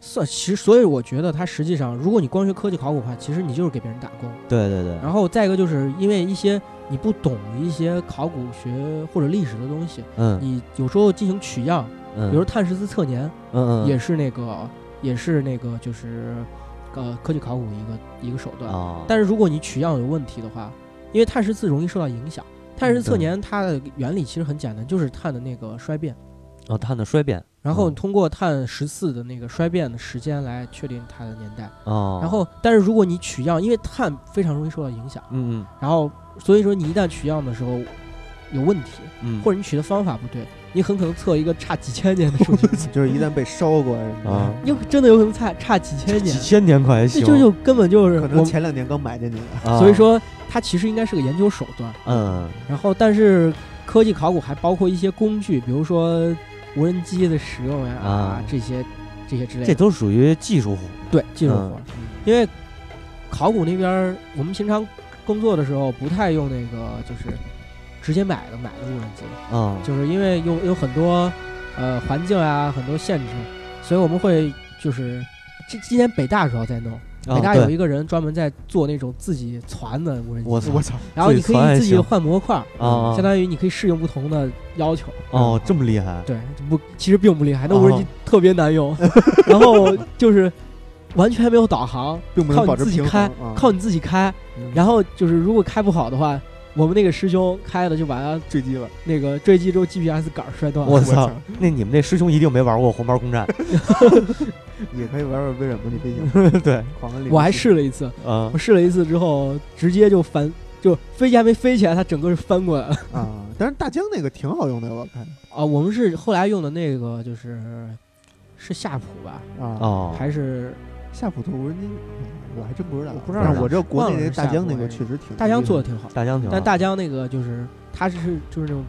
Speaker 3: 算其实，所以我觉得它实际上，如果你光学科技考古的话，其实你就是给别人打工。
Speaker 2: 对对对，
Speaker 3: 然后再一个就是因为一些你不懂一些考古学或者历史的东西，
Speaker 2: 嗯
Speaker 3: 你有时候进行取样，
Speaker 2: 嗯，
Speaker 3: 比如碳十四测年。
Speaker 2: 嗯嗯
Speaker 3: 也是那个，也是那个，就是呃科技考古一个一个手段。
Speaker 2: 啊，
Speaker 3: 但是如果你取样有问题的话，因为碳十四容易受到影响。碳十
Speaker 2: 嗯
Speaker 3: 四测年它的原理其实很简单，就是碳的那个衰变，
Speaker 2: 啊碳的衰变
Speaker 3: 然
Speaker 2: 嗯
Speaker 3: 后你通过碳十四的那个衰变的时间来确定它的年代。
Speaker 2: 啊，
Speaker 3: 然后，但是如果你取样，因为碳非常容易受到影响，
Speaker 2: 嗯
Speaker 3: 然后所以说你一旦取样的时候有问题，
Speaker 2: 嗯嗯，
Speaker 3: 或
Speaker 2: 者
Speaker 3: 者你取的方法不对，你很可能测一个差几千年的数据，
Speaker 1: 就是一旦被烧过来
Speaker 2: 啊，
Speaker 3: 有真的有可能差差几千年
Speaker 2: 几。千年快
Speaker 3: 这
Speaker 2: 行，
Speaker 3: 就就根本就是
Speaker 1: 可能
Speaker 3: 我，
Speaker 1: 前两年刚买进去
Speaker 3: (laughs)
Speaker 1: 的，
Speaker 2: 啊
Speaker 3: 所以说它其实应该是个研究手段。
Speaker 2: 嗯
Speaker 3: 然后，但是科技考古还包括一些工具，比如说无人机的使用呀
Speaker 2: 啊
Speaker 3: 这些这些之类
Speaker 2: 这嗯
Speaker 3: 的。
Speaker 2: 都属于技术活，
Speaker 3: 对技术活儿，因为考古那边儿我们平常工作的时候不太用那个，就是直接买的买的无人机，
Speaker 2: 嗯
Speaker 3: 就是因为有有很多呃环境啊很多限制，所以我们会就是这今年北大主要在弄。
Speaker 2: 啊
Speaker 3: 北大有
Speaker 2: 对
Speaker 3: 一个人专门在做那种自己攒的无人
Speaker 2: 我
Speaker 3: 机，
Speaker 2: 操
Speaker 1: 我操，
Speaker 3: 然后你可
Speaker 2: 自己攒还
Speaker 3: 以自己
Speaker 2: 行
Speaker 3: 换模块，
Speaker 2: 啊，
Speaker 3: 相当于你可以适应不同的要求。
Speaker 2: 哦这么厉害，
Speaker 3: 对，这不，其实并不厉害，那
Speaker 2: 哦
Speaker 3: 无人机特别难 (laughs) 用，然后就是完全没有导航，
Speaker 1: 并不能
Speaker 3: 靠你
Speaker 1: 保持
Speaker 3: 自己
Speaker 1: 平
Speaker 3: 开
Speaker 1: 衡，啊，
Speaker 3: 靠你自己开。然
Speaker 1: 后
Speaker 3: 后就是如果开不好的话，我们那个师兄开的就把他
Speaker 1: 坠机了，
Speaker 3: 那个坠机之后 GPS 杆儿摔断
Speaker 2: 我
Speaker 3: 了。
Speaker 2: 操，那你们那师兄一定没玩过红包空
Speaker 3: (laughs)
Speaker 2: 战，
Speaker 1: 也可以玩玩微软模拟飞行，
Speaker 2: 对，
Speaker 1: 狂跟
Speaker 3: 我还试了一次，
Speaker 2: 啊
Speaker 3: 我试了一次之后，直接就翻，就飞机还没飞起来，它整个是翻过来了。
Speaker 1: 啊，但是大疆那个挺好用的，我看
Speaker 3: (laughs) 啊，我们是后来用的那个，就是是夏普吧，
Speaker 1: 啊，
Speaker 2: 哦，
Speaker 3: 还是
Speaker 1: 夏普特无人机，我还真不知道，
Speaker 3: 我不知
Speaker 2: 道
Speaker 1: 但是我知道国
Speaker 3: 忘
Speaker 1: 内
Speaker 3: 了
Speaker 1: 那
Speaker 3: 是
Speaker 1: 大疆那
Speaker 3: 夏普
Speaker 1: 个
Speaker 3: 还是
Speaker 1: 确实挺，
Speaker 3: 大疆做的，挺好，
Speaker 2: 哦大疆挺好，
Speaker 3: 但大疆那个就是它是就是那种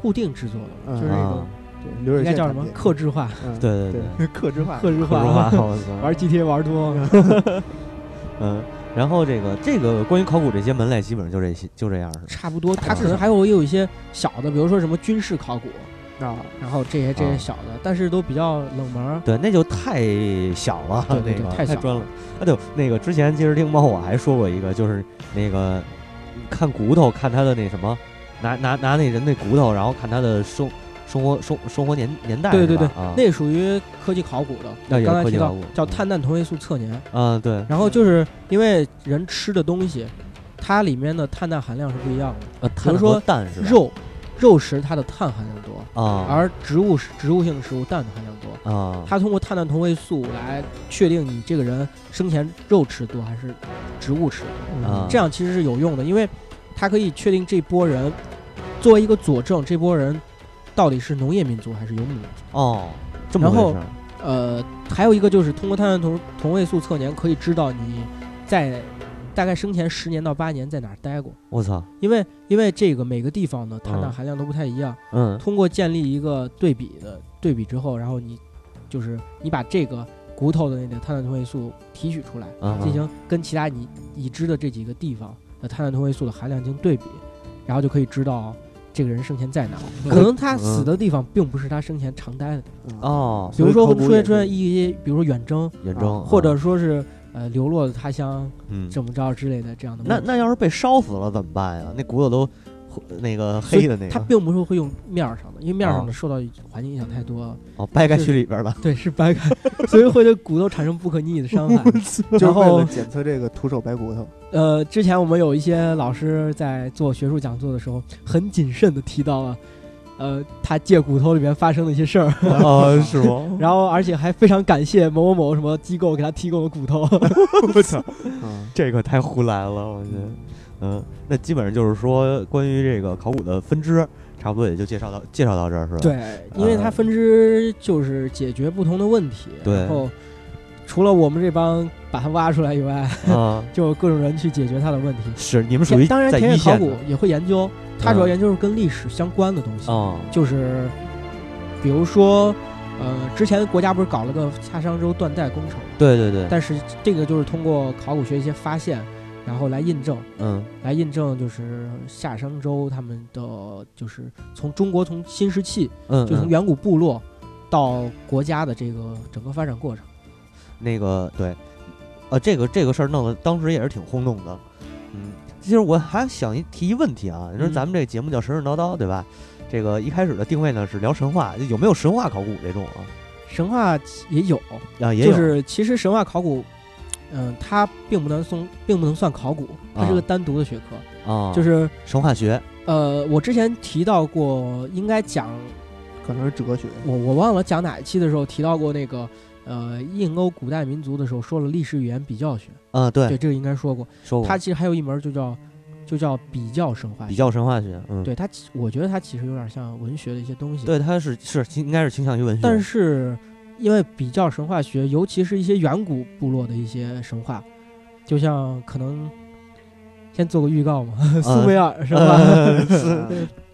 Speaker 3: 固定制作的，
Speaker 1: 嗯
Speaker 3: 就是那种
Speaker 2: 啊，
Speaker 1: 对，流水
Speaker 3: 应该
Speaker 1: 线
Speaker 3: 叫什
Speaker 1: 产
Speaker 3: 么
Speaker 1: 品
Speaker 3: 克制化，
Speaker 1: 嗯
Speaker 2: 对对。 (laughs)
Speaker 1: 对， (laughs) 克制化，
Speaker 3: 克制
Speaker 2: 说
Speaker 3: 化
Speaker 2: 话，，我操，
Speaker 3: (laughs) 玩 GTA 玩多了，
Speaker 2: 嗯，然后这个这个关于考古这些门类，基本上就这些，就这样儿是吧？
Speaker 3: 差不多。它
Speaker 2: 制
Speaker 3: 可能
Speaker 2: 化
Speaker 3: 还有也有一些小的，比如说什么军事考古，
Speaker 1: 啊，
Speaker 3: 然后这些这
Speaker 2: 啊
Speaker 3: 些小的，但是都比较冷门儿。
Speaker 2: 对，那就太小了，
Speaker 3: 对对
Speaker 2: 那
Speaker 3: 对
Speaker 2: 个
Speaker 3: 太小
Speaker 2: 专了。啊，对，那个之前其实听猫我还说过一个，就是那个看骨头，看他的那什么，拿拿拿那人那骨头，然后看他的生生活生生活年年代是吧，
Speaker 3: 对对对，
Speaker 2: 啊，
Speaker 3: 那属于科技考古
Speaker 2: 那
Speaker 3: 的。
Speaker 2: 也
Speaker 3: 刚才
Speaker 2: 科技
Speaker 3: 提
Speaker 2: 考
Speaker 3: 到
Speaker 2: 古
Speaker 3: 叫
Speaker 2: 嗯
Speaker 3: 碳氮同位素测年，
Speaker 2: 啊对，
Speaker 3: 然后就是因为人吃的东西，它里面的碳氮含量是不一样的。
Speaker 2: 呃，
Speaker 3: 比
Speaker 2: 比
Speaker 3: 如说
Speaker 2: 蛋是吧？
Speaker 3: 肉，肉食它的碳含量多，
Speaker 2: 啊
Speaker 3: 而植物食植物性的食物蛋的含量多。
Speaker 2: 啊，
Speaker 3: 它通过碳氮同位素来确定你这个人生前肉吃多还是植物吃多，
Speaker 1: 嗯
Speaker 2: 啊
Speaker 3: 这样其实是有用的，因为它可以确定这波人作为一个佐证，这波人到底是农业民族还是游牧民族。
Speaker 2: 哦这么
Speaker 3: 然
Speaker 2: 回
Speaker 3: 后
Speaker 2: 事儿
Speaker 3: 呃，还有一个就是通过碳酸同同位素测年可以知道你在大概生前十年到八年在哪儿待过，
Speaker 2: 我操，
Speaker 3: 因为因为这个每个地方呢碳
Speaker 2: 嗯
Speaker 3: 钠含量都不太一样。
Speaker 2: 嗯
Speaker 3: 通过建立一个对比的对比之后，然后你就是你把这个骨头的那个碳酸同位素提取出来，
Speaker 2: 啊，
Speaker 3: 进行跟其他你已知的这几个地方的碳酸同位素的含量进行对比，然后就可以知道这个人生前在哪儿。可能他死的地方并不是他生前常待的， (laughs)
Speaker 2: 哦，
Speaker 3: 比如说会出现出现一些，比如说远征，
Speaker 2: 远征
Speaker 3: 啊或者说是呃流落他乡
Speaker 2: 嗯，
Speaker 3: 怎么着之类的这样的问
Speaker 2: 那
Speaker 3: 题。
Speaker 2: 那要是被烧死了怎么办呀？那骨头都那个黑的那
Speaker 3: 他
Speaker 2: 个，
Speaker 3: 并不是会用面儿上的，因为面儿上
Speaker 2: 啊
Speaker 3: 的受到环境影响太多了。
Speaker 2: 哦，掰开去里边
Speaker 3: (laughs)
Speaker 2: 了。
Speaker 3: 对，是掰开，所以会对骨头产生不可逆的 (laughs) 伤害。
Speaker 1: 就是
Speaker 3: 然
Speaker 1: 为了
Speaker 3: 后
Speaker 1: 检测这个徒手白骨头。
Speaker 3: 呃，之前我们有一些老师在做学术讲座的时候，很谨慎的提到了，呃，他借骨头里面发生的一些事儿， (laughs)
Speaker 2: 哦，是 (laughs) 吗？
Speaker 3: 然后而且还非常感谢某某某什么机构给他提供了骨 (laughs) 头。
Speaker 2: 我操，
Speaker 1: 嗯，
Speaker 2: 这个太胡来了，我觉得。嗯，那基本上就是说，关于这个考古的分支，差不多也就介绍到介绍到这儿是吧？，
Speaker 3: 对，因为它分支就是解决不同的问题，
Speaker 2: 对
Speaker 3: 然后除了我们这帮把它挖出来以外， (laughs)
Speaker 2: 啊，
Speaker 3: 就各种人去解决它的问题。
Speaker 2: 是你们属于
Speaker 3: 当然，
Speaker 2: 在一
Speaker 3: 田野考
Speaker 2: 线
Speaker 3: 古
Speaker 2: 的
Speaker 3: 也会研究，它主要
Speaker 2: 嗯
Speaker 3: 研究是跟历史相关的东西。
Speaker 2: 哦，
Speaker 3: 就是比如说，呃，之前国家不是搞了个夏商周断代工程，
Speaker 2: 对对对，
Speaker 3: 但是这个就是通过考古学一些发现，然后来印证，
Speaker 2: 嗯
Speaker 3: 来印证就是夏商周他们的就是从中国从新石器，
Speaker 2: 嗯，
Speaker 3: 就从
Speaker 2: 嗯
Speaker 3: 远古部落到国家的这个整个发展过程。
Speaker 2: 那个对，呃，这个这个事儿弄得当时也是挺轰动的。嗯，其实我还想一提一问题啊，你说
Speaker 3: 嗯
Speaker 2: 咱们这个节目叫神神叨叨，对吧？这个一开始的定位呢是聊神话，有没有神话考古这种啊？
Speaker 3: 神话也有，
Speaker 2: 啊，也有，
Speaker 3: 就是其实神话考古。嗯，它并不能算，并不能算考古，它是
Speaker 2: 啊
Speaker 3: 个单独的学科，
Speaker 2: 啊，
Speaker 3: 就是
Speaker 2: 神话学，
Speaker 3: 呃，我之前提到过，应该讲
Speaker 1: 可能是哲学。
Speaker 3: 我我忘了讲哪一期的时候提到过那个呃印欧古代民族的时候说了历史语言比较学，
Speaker 2: 嗯，
Speaker 3: 对
Speaker 2: 对，
Speaker 3: 这个应该说过。
Speaker 2: 说过
Speaker 3: 它其实还有一门就叫就叫比较神话学，
Speaker 2: 比较神话学，嗯，
Speaker 3: 对它其，我觉得它其实有点像文学的一些东西，
Speaker 2: 对，它是是应该是倾向于文学，
Speaker 3: 但是因为比较神话学，尤其是一些远古部落的一些神话，就像可能先做个预告嘛， (laughs)
Speaker 2: 嗯
Speaker 3: 苏美尔是吧？
Speaker 2: 呃是
Speaker 1: 啊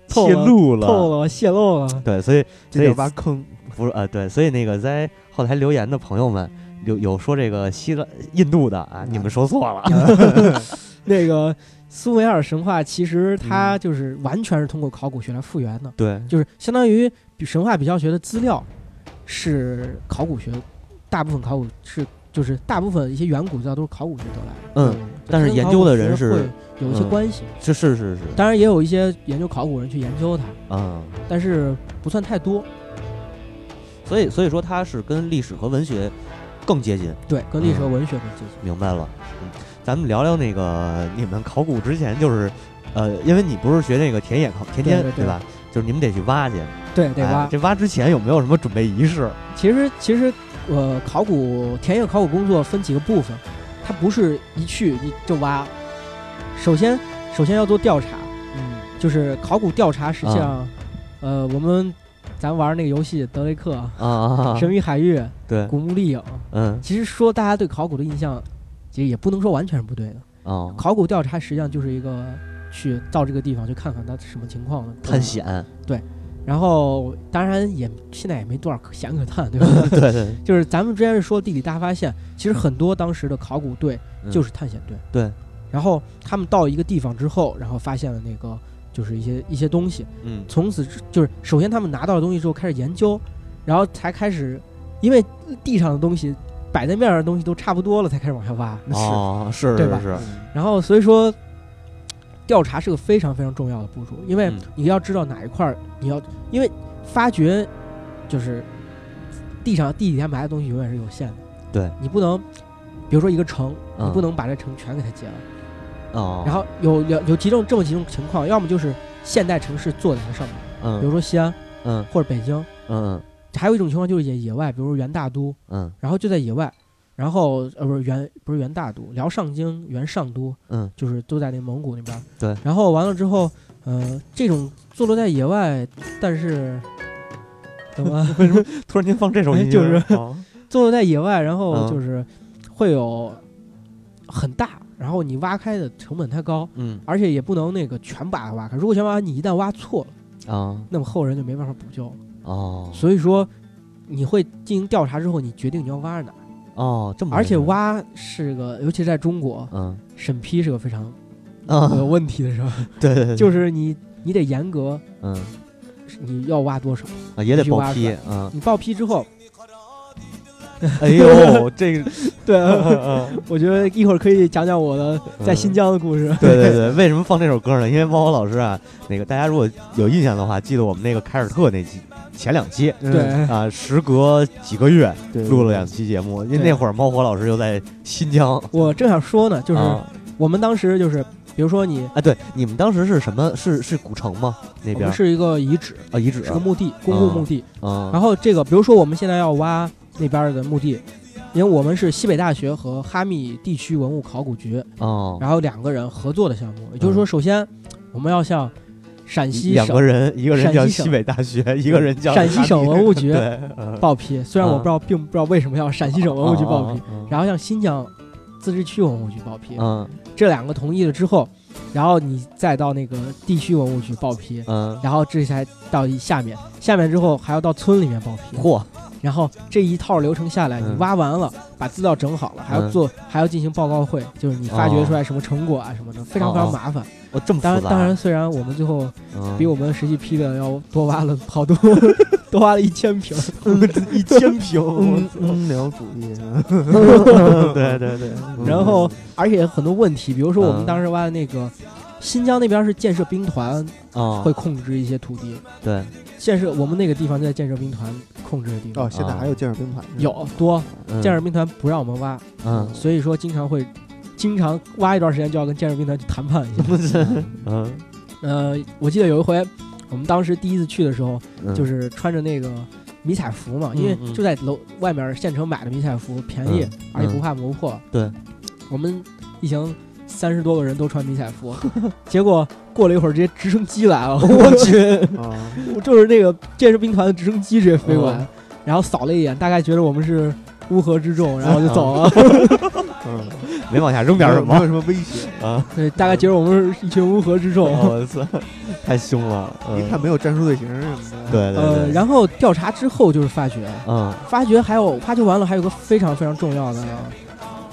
Speaker 3: 透
Speaker 2: 泄
Speaker 3: 了
Speaker 2: 露
Speaker 3: (laughs) 透
Speaker 2: 了，
Speaker 3: 了，泄露了。
Speaker 2: 对，所以
Speaker 1: 这
Speaker 2: 所以
Speaker 1: 叫挖坑。
Speaker 2: 不是啊，对，所以那个在后台留言的朋友们，有有说这个希腊、印度的啊，
Speaker 1: 嗯
Speaker 2: 你们说错了， (laughs)
Speaker 3: 那个苏美尔神话其实
Speaker 2: 嗯
Speaker 3: 它就是完全是通过考古学来复原的，
Speaker 2: 对，
Speaker 3: 就是相当于比神话比较学的资料是考古学，大部分考古是就是大部分一些远古资料都是考古学得来的，
Speaker 2: 嗯，但是
Speaker 3: 跟
Speaker 2: 研
Speaker 3: 考
Speaker 2: 究
Speaker 3: 古
Speaker 2: 的
Speaker 3: 学
Speaker 2: 人是，
Speaker 3: 会有一些
Speaker 2: 嗯
Speaker 3: 关系。
Speaker 2: 是是是是，
Speaker 3: 当然，也有一些研究考古人去研究它，
Speaker 2: 嗯，
Speaker 3: 但是不算太多。
Speaker 2: 所以所以说它是跟历史和文学更接近，
Speaker 3: 对，跟历史和
Speaker 2: 嗯
Speaker 3: 文学更接近。
Speaker 2: 明白了。嗯，咱们聊聊那个你们考古之前就是，呃，因为你不是学那个田野考田
Speaker 3: 对
Speaker 2: 间
Speaker 3: 对对
Speaker 2: 吧？就是你们得去挖去，
Speaker 3: 对，对
Speaker 2: 哎
Speaker 3: 吧？
Speaker 2: 这挖之前有没有什么准备仪式？
Speaker 3: 其实其实呃，考古田野考古工作分几个部分，它不是一去你就挖。首先首先要做调查，
Speaker 1: 嗯，
Speaker 3: 就是考古调查
Speaker 2: 啊
Speaker 3: 实际上，呃，我们咱玩那个游戏德雷克、
Speaker 2: 啊啊，啊
Speaker 3: 神域海域、
Speaker 2: 对，
Speaker 3: 古墓丽影，
Speaker 2: 嗯，
Speaker 3: 其实说大家对考古的印象，其实也不能说完全是不对的。
Speaker 2: 哦，
Speaker 3: 考古调查实际上就是一个去到这个地方去看看它什么情况的
Speaker 2: 探。险，
Speaker 3: 然后当然也现在也没多少可险可探，对吧？
Speaker 2: (laughs) 对对
Speaker 3: 就是咱们之前是说地理大发现，其实很多当时的考古队
Speaker 2: 嗯
Speaker 3: 就是探险队。
Speaker 2: 对，
Speaker 3: 然后他们到一个地方之后，然后发现了那个就是一些一些东西， (laughs)
Speaker 2: 嗯
Speaker 3: 从此之就是首先他们拿到了东西之后开始研究，然后才开始，因为地上的东西摆在面上的东西都差不多了，才开始往下挖。
Speaker 2: 哦，是
Speaker 3: 对
Speaker 2: 是
Speaker 3: 吧
Speaker 2: 是，
Speaker 3: 然后所以说，调查是个非常非常重要的步骤，因为
Speaker 2: 嗯
Speaker 3: 你要知道哪一块儿你要，因为发掘就是地上地底下埋的东西永远是有限的，
Speaker 2: 对
Speaker 3: 你不能，比如说一个城，
Speaker 2: 嗯
Speaker 3: 你不能把这城全给它截了。
Speaker 2: 哦，
Speaker 3: 然后有两有几种这么几种情况，要么就是现代城市坐在它上面，
Speaker 2: 嗯，
Speaker 3: 比如说西安
Speaker 2: 嗯
Speaker 3: 或者北京，
Speaker 2: 嗯
Speaker 3: 还有一种情况就是野野外，比如说元大都，
Speaker 2: 嗯
Speaker 3: 然后就在野外，然后呃不是元不是元大都，辽上京、元上都，
Speaker 2: 嗯，
Speaker 3: 就是都在那蒙古那边。
Speaker 2: 对，
Speaker 3: 然后完了之后，呃，这种坐落在野外，但是怎么 (laughs)
Speaker 2: 突然间放这首 (laughs)
Speaker 3: 哎
Speaker 2: 音乐，
Speaker 3: 就是
Speaker 2: 哦
Speaker 3: 纵落在野外，然后
Speaker 2: 嗯
Speaker 3: 就是会有很大，然后你挖开的成本太高，
Speaker 2: 嗯
Speaker 3: 而且也不能那个全把它挖开。如果全挖，你一旦挖错了，
Speaker 2: 啊
Speaker 3: 那么后人就没办法补救了。
Speaker 2: 哦
Speaker 3: 所以说，你会进行调查之后，你决定你要挖哪儿。
Speaker 2: 哦这么回
Speaker 3: 而且
Speaker 2: 事
Speaker 3: 挖是个，尤其是在中国，
Speaker 2: 嗯
Speaker 3: 审批是个非常
Speaker 2: (laughs) 啊
Speaker 3: 有问题的事儿，
Speaker 2: 对对对
Speaker 3: 就是你你得严格，
Speaker 2: 嗯
Speaker 3: 你要挖多少，
Speaker 2: 啊也
Speaker 3: 必
Speaker 2: 得
Speaker 3: 须
Speaker 2: 报
Speaker 3: 挖出
Speaker 2: 批
Speaker 3: 来 (laughs)
Speaker 2: 嗯
Speaker 3: 你报批
Speaker 2: (laughs)
Speaker 3: 之后，
Speaker 2: 哎呦这 (laughs) 个
Speaker 3: 对，
Speaker 2: 嗯
Speaker 3: (laughs) 我觉得一会儿可以讲讲我的在新疆的故
Speaker 2: (laughs)
Speaker 3: 事。
Speaker 2: 对对对，为什么放这首歌呢？因为猫火老师啊，那个大家如果有印象的话，记得我们那个凯尔特那期前两期
Speaker 1: 嗯
Speaker 3: 对
Speaker 2: 啊，时隔几个月
Speaker 1: 对，
Speaker 2: 录了两期节目，因为
Speaker 3: 对
Speaker 2: 那会儿猫火老师又在新疆，
Speaker 3: 我正想说呢，就是
Speaker 2: 啊
Speaker 3: 我们当时就是，比如说你，
Speaker 2: 哎，对，你们当时是什么？是是古城吗？那
Speaker 3: 我
Speaker 2: 边
Speaker 3: 们是一个遗址，
Speaker 2: 啊，遗址
Speaker 3: 是个墓地，公共墓地。
Speaker 2: 啊，
Speaker 3: 然后这个，比如说我们现在要挖那边的墓地，因为我们是西北大学和哈密地区文物考古局，
Speaker 2: 哦，
Speaker 3: 然后两个人合作的项目。也就是说，首先我们要向陕
Speaker 2: 一
Speaker 3: 西
Speaker 2: 两个
Speaker 3: 省
Speaker 2: 人，一个人
Speaker 3: 陕
Speaker 2: 叫
Speaker 3: 西
Speaker 2: 西
Speaker 3: 省
Speaker 2: 北大学，一个人叫
Speaker 3: 陕西
Speaker 2: 哈
Speaker 3: 省
Speaker 2: 密
Speaker 3: 文物
Speaker 2: (laughs)
Speaker 3: 局
Speaker 2: 对，嗯
Speaker 3: 报批，虽然我不知道，并不知道为什么要陕西省文物局报批，，
Speaker 2: 啊
Speaker 3: 然后向新疆自治区文物局报批。
Speaker 2: 啊
Speaker 3: 这两个同意了之后，然后你再到那个地区文物局报批
Speaker 2: 嗯，嗯，
Speaker 3: 然后这才到一下面，下面之后还要到村里面报批，
Speaker 2: 嚯，
Speaker 3: 然后这一套流程下来，
Speaker 2: 嗯
Speaker 3: 你挖完了，把资料整好了，还要做，还要进行报告会，就是你发掘出来什么成果啊什么的，非常非常麻烦。
Speaker 2: 哦这么
Speaker 3: 当
Speaker 2: 复
Speaker 3: 然，
Speaker 2: 杂，
Speaker 3: 当然，虽然我们最后
Speaker 2: 嗯
Speaker 3: 比我们实际批的要多挖了好多， (laughs) 多挖了一千平，
Speaker 2: 一千平，
Speaker 1: 嗯嗯，聊主义，
Speaker 2: (laughs) 对对对，
Speaker 3: 然后而且很多问题，比如说我们
Speaker 2: 嗯
Speaker 3: 当时挖的那个。新疆那边是建设兵团
Speaker 2: 啊
Speaker 3: 会控制一些土地，
Speaker 2: 对，
Speaker 3: 建设我们那个地方就在建设兵团控制的地方，
Speaker 1: 哦，现在还有建设兵团，
Speaker 3: 有多
Speaker 2: 嗯
Speaker 3: 建设兵团不让我们挖，
Speaker 2: 嗯
Speaker 3: 所以说经常会，经常挖一段时间就要跟建设兵团去谈判一下。
Speaker 2: (laughs) 嗯
Speaker 3: 呃，我记得有一回，我们当时第一次去的时候，
Speaker 2: 嗯
Speaker 3: 就是穿着那个迷彩服嘛，
Speaker 2: 嗯
Speaker 3: 因为
Speaker 2: 嗯
Speaker 3: 就在楼外面县城买的迷彩服便宜
Speaker 2: 嗯，
Speaker 3: 而且不
Speaker 2: 嗯
Speaker 3: 怕磨破。
Speaker 2: 对，
Speaker 3: 我们一行三十多个人都穿迷彩服， (laughs) 结果过了一会儿，直接直升机来了，
Speaker 2: 哦嗯
Speaker 3: 我去！
Speaker 1: 啊，
Speaker 3: 我就是那个建设兵团的直升机直接飞过来，
Speaker 2: 嗯
Speaker 3: 然后扫了一眼，大概觉得我们是乌合之众，然后
Speaker 2: 哦
Speaker 3: 就走了。 (laughs)
Speaker 1: 嗯，
Speaker 2: (laughs) 没往下扔点什
Speaker 1: 没有
Speaker 2: 么
Speaker 1: 什么威胁，
Speaker 2: 啊？
Speaker 3: 对，大概觉得我们是一群乌合之众。
Speaker 2: 我操， (laughs) 太凶了！嗯
Speaker 1: 一看没有战术队形什么的，，
Speaker 2: 对对
Speaker 3: 呃，
Speaker 2: 对，
Speaker 3: 然后调查之后就是发掘，
Speaker 2: 嗯，
Speaker 3: 发掘还有发掘完了，还有个非常非常重要的，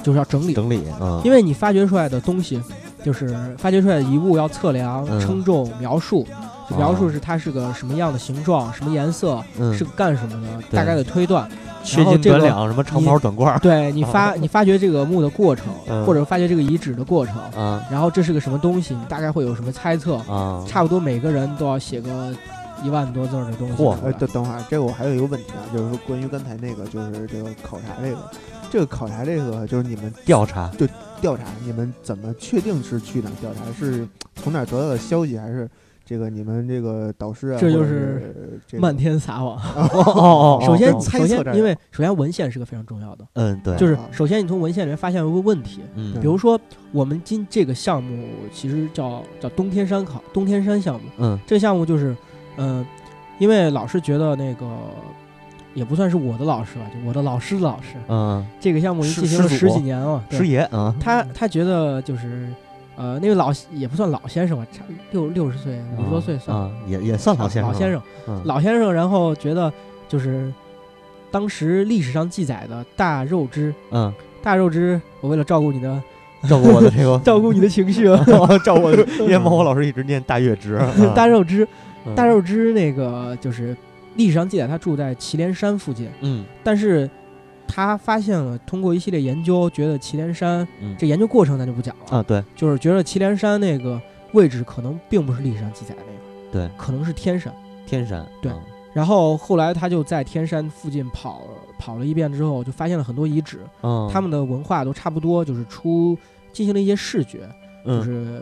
Speaker 3: 就是要整理，
Speaker 2: 整理嗯，
Speaker 3: 因为你发掘出来的东西，就是发掘出来的遗物要测量、
Speaker 2: 嗯
Speaker 3: 称重、描述，就描述
Speaker 2: 哦
Speaker 3: 是它是个什么样的形状、什么颜色、
Speaker 2: 嗯
Speaker 3: 是个干什么的，
Speaker 2: 对
Speaker 3: 大概的推断。
Speaker 2: 缺斤短两，什么长袍短褂
Speaker 3: 对你发你发掘这个墓的过程，
Speaker 2: 哦嗯
Speaker 3: 或者发掘这个遗址的过程，
Speaker 2: 啊
Speaker 3: 然后这是个什么东西，你大概会有什么猜测？
Speaker 2: 啊，
Speaker 3: 差不多每个人都要写个一万多字儿的东西出
Speaker 2: 嚯
Speaker 3: 来。
Speaker 1: 哎，等等会儿，这个我还有一个问题啊，就是说关于刚才那个，就是这个考察这个，这个考察这个就是你们
Speaker 2: 调
Speaker 3: (laughs)
Speaker 2: 查
Speaker 1: 调查，你们怎么确定是去哪儿调查？是从哪儿得到的消息，还是这个你们这个导师啊？
Speaker 3: 这就
Speaker 1: 或者
Speaker 3: 是
Speaker 1: 是这个
Speaker 3: 漫天撒网。
Speaker 2: 哦哦
Speaker 3: 首先，
Speaker 1: 哦猜
Speaker 3: 首
Speaker 1: 测这
Speaker 3: 先，
Speaker 1: 儿
Speaker 3: 因为首先文献是个非常重要的，
Speaker 2: 嗯对，
Speaker 3: 就是
Speaker 1: 啊
Speaker 3: 首先你从文献里面发现一个问题，
Speaker 2: 嗯
Speaker 3: 比如说我们今这个项目其实叫叫东天山考东天山项目，
Speaker 2: 嗯
Speaker 3: 这个项目就是，嗯，因为老师觉得那个。也不算是我的老师吧，就我的老师的老
Speaker 2: (laughs)
Speaker 3: 师，
Speaker 2: 嗯
Speaker 3: 这个项目已经进行了
Speaker 2: 师师
Speaker 3: 十
Speaker 2: 祖
Speaker 3: 几年了。对
Speaker 2: 师爷啊
Speaker 3: 他他觉得就是，呃，那位老也不算老先生吧，差六六十岁五十多岁算、
Speaker 2: 啊也也算老先生
Speaker 3: 老先生，
Speaker 2: 嗯
Speaker 3: 老先生，然后觉得就是当时历史上记载的大肉汁，
Speaker 2: 嗯
Speaker 3: 大肉汁，我为了照顾你的
Speaker 2: 照顾我的这个
Speaker 3: (laughs) 照顾你的情绪，啊
Speaker 2: (laughs) 照顾我
Speaker 3: (laughs)
Speaker 2: 的，因为猫火老师一直念大月值
Speaker 3: 大肉汁，
Speaker 2: 嗯
Speaker 3: 大肉汁那个就是历史上记载他住在祁连山附近，
Speaker 2: 嗯
Speaker 3: 但是他发现了通过一系列研究，觉得祁连山
Speaker 2: 嗯
Speaker 3: 这研究过程咱就不讲了，
Speaker 2: 啊对
Speaker 3: 就是觉得祁连山那个位置可能并不是历史上记载的那个，
Speaker 2: 对
Speaker 3: 可能是天山。
Speaker 2: 天山
Speaker 3: 对
Speaker 2: 嗯
Speaker 3: 然后后来他就在天山附近跑跑了一遍之后，就发现了很多遗址，
Speaker 2: 嗯
Speaker 3: 他们的文化都差不多，就是出进行了一些视觉，就
Speaker 2: 嗯
Speaker 3: 是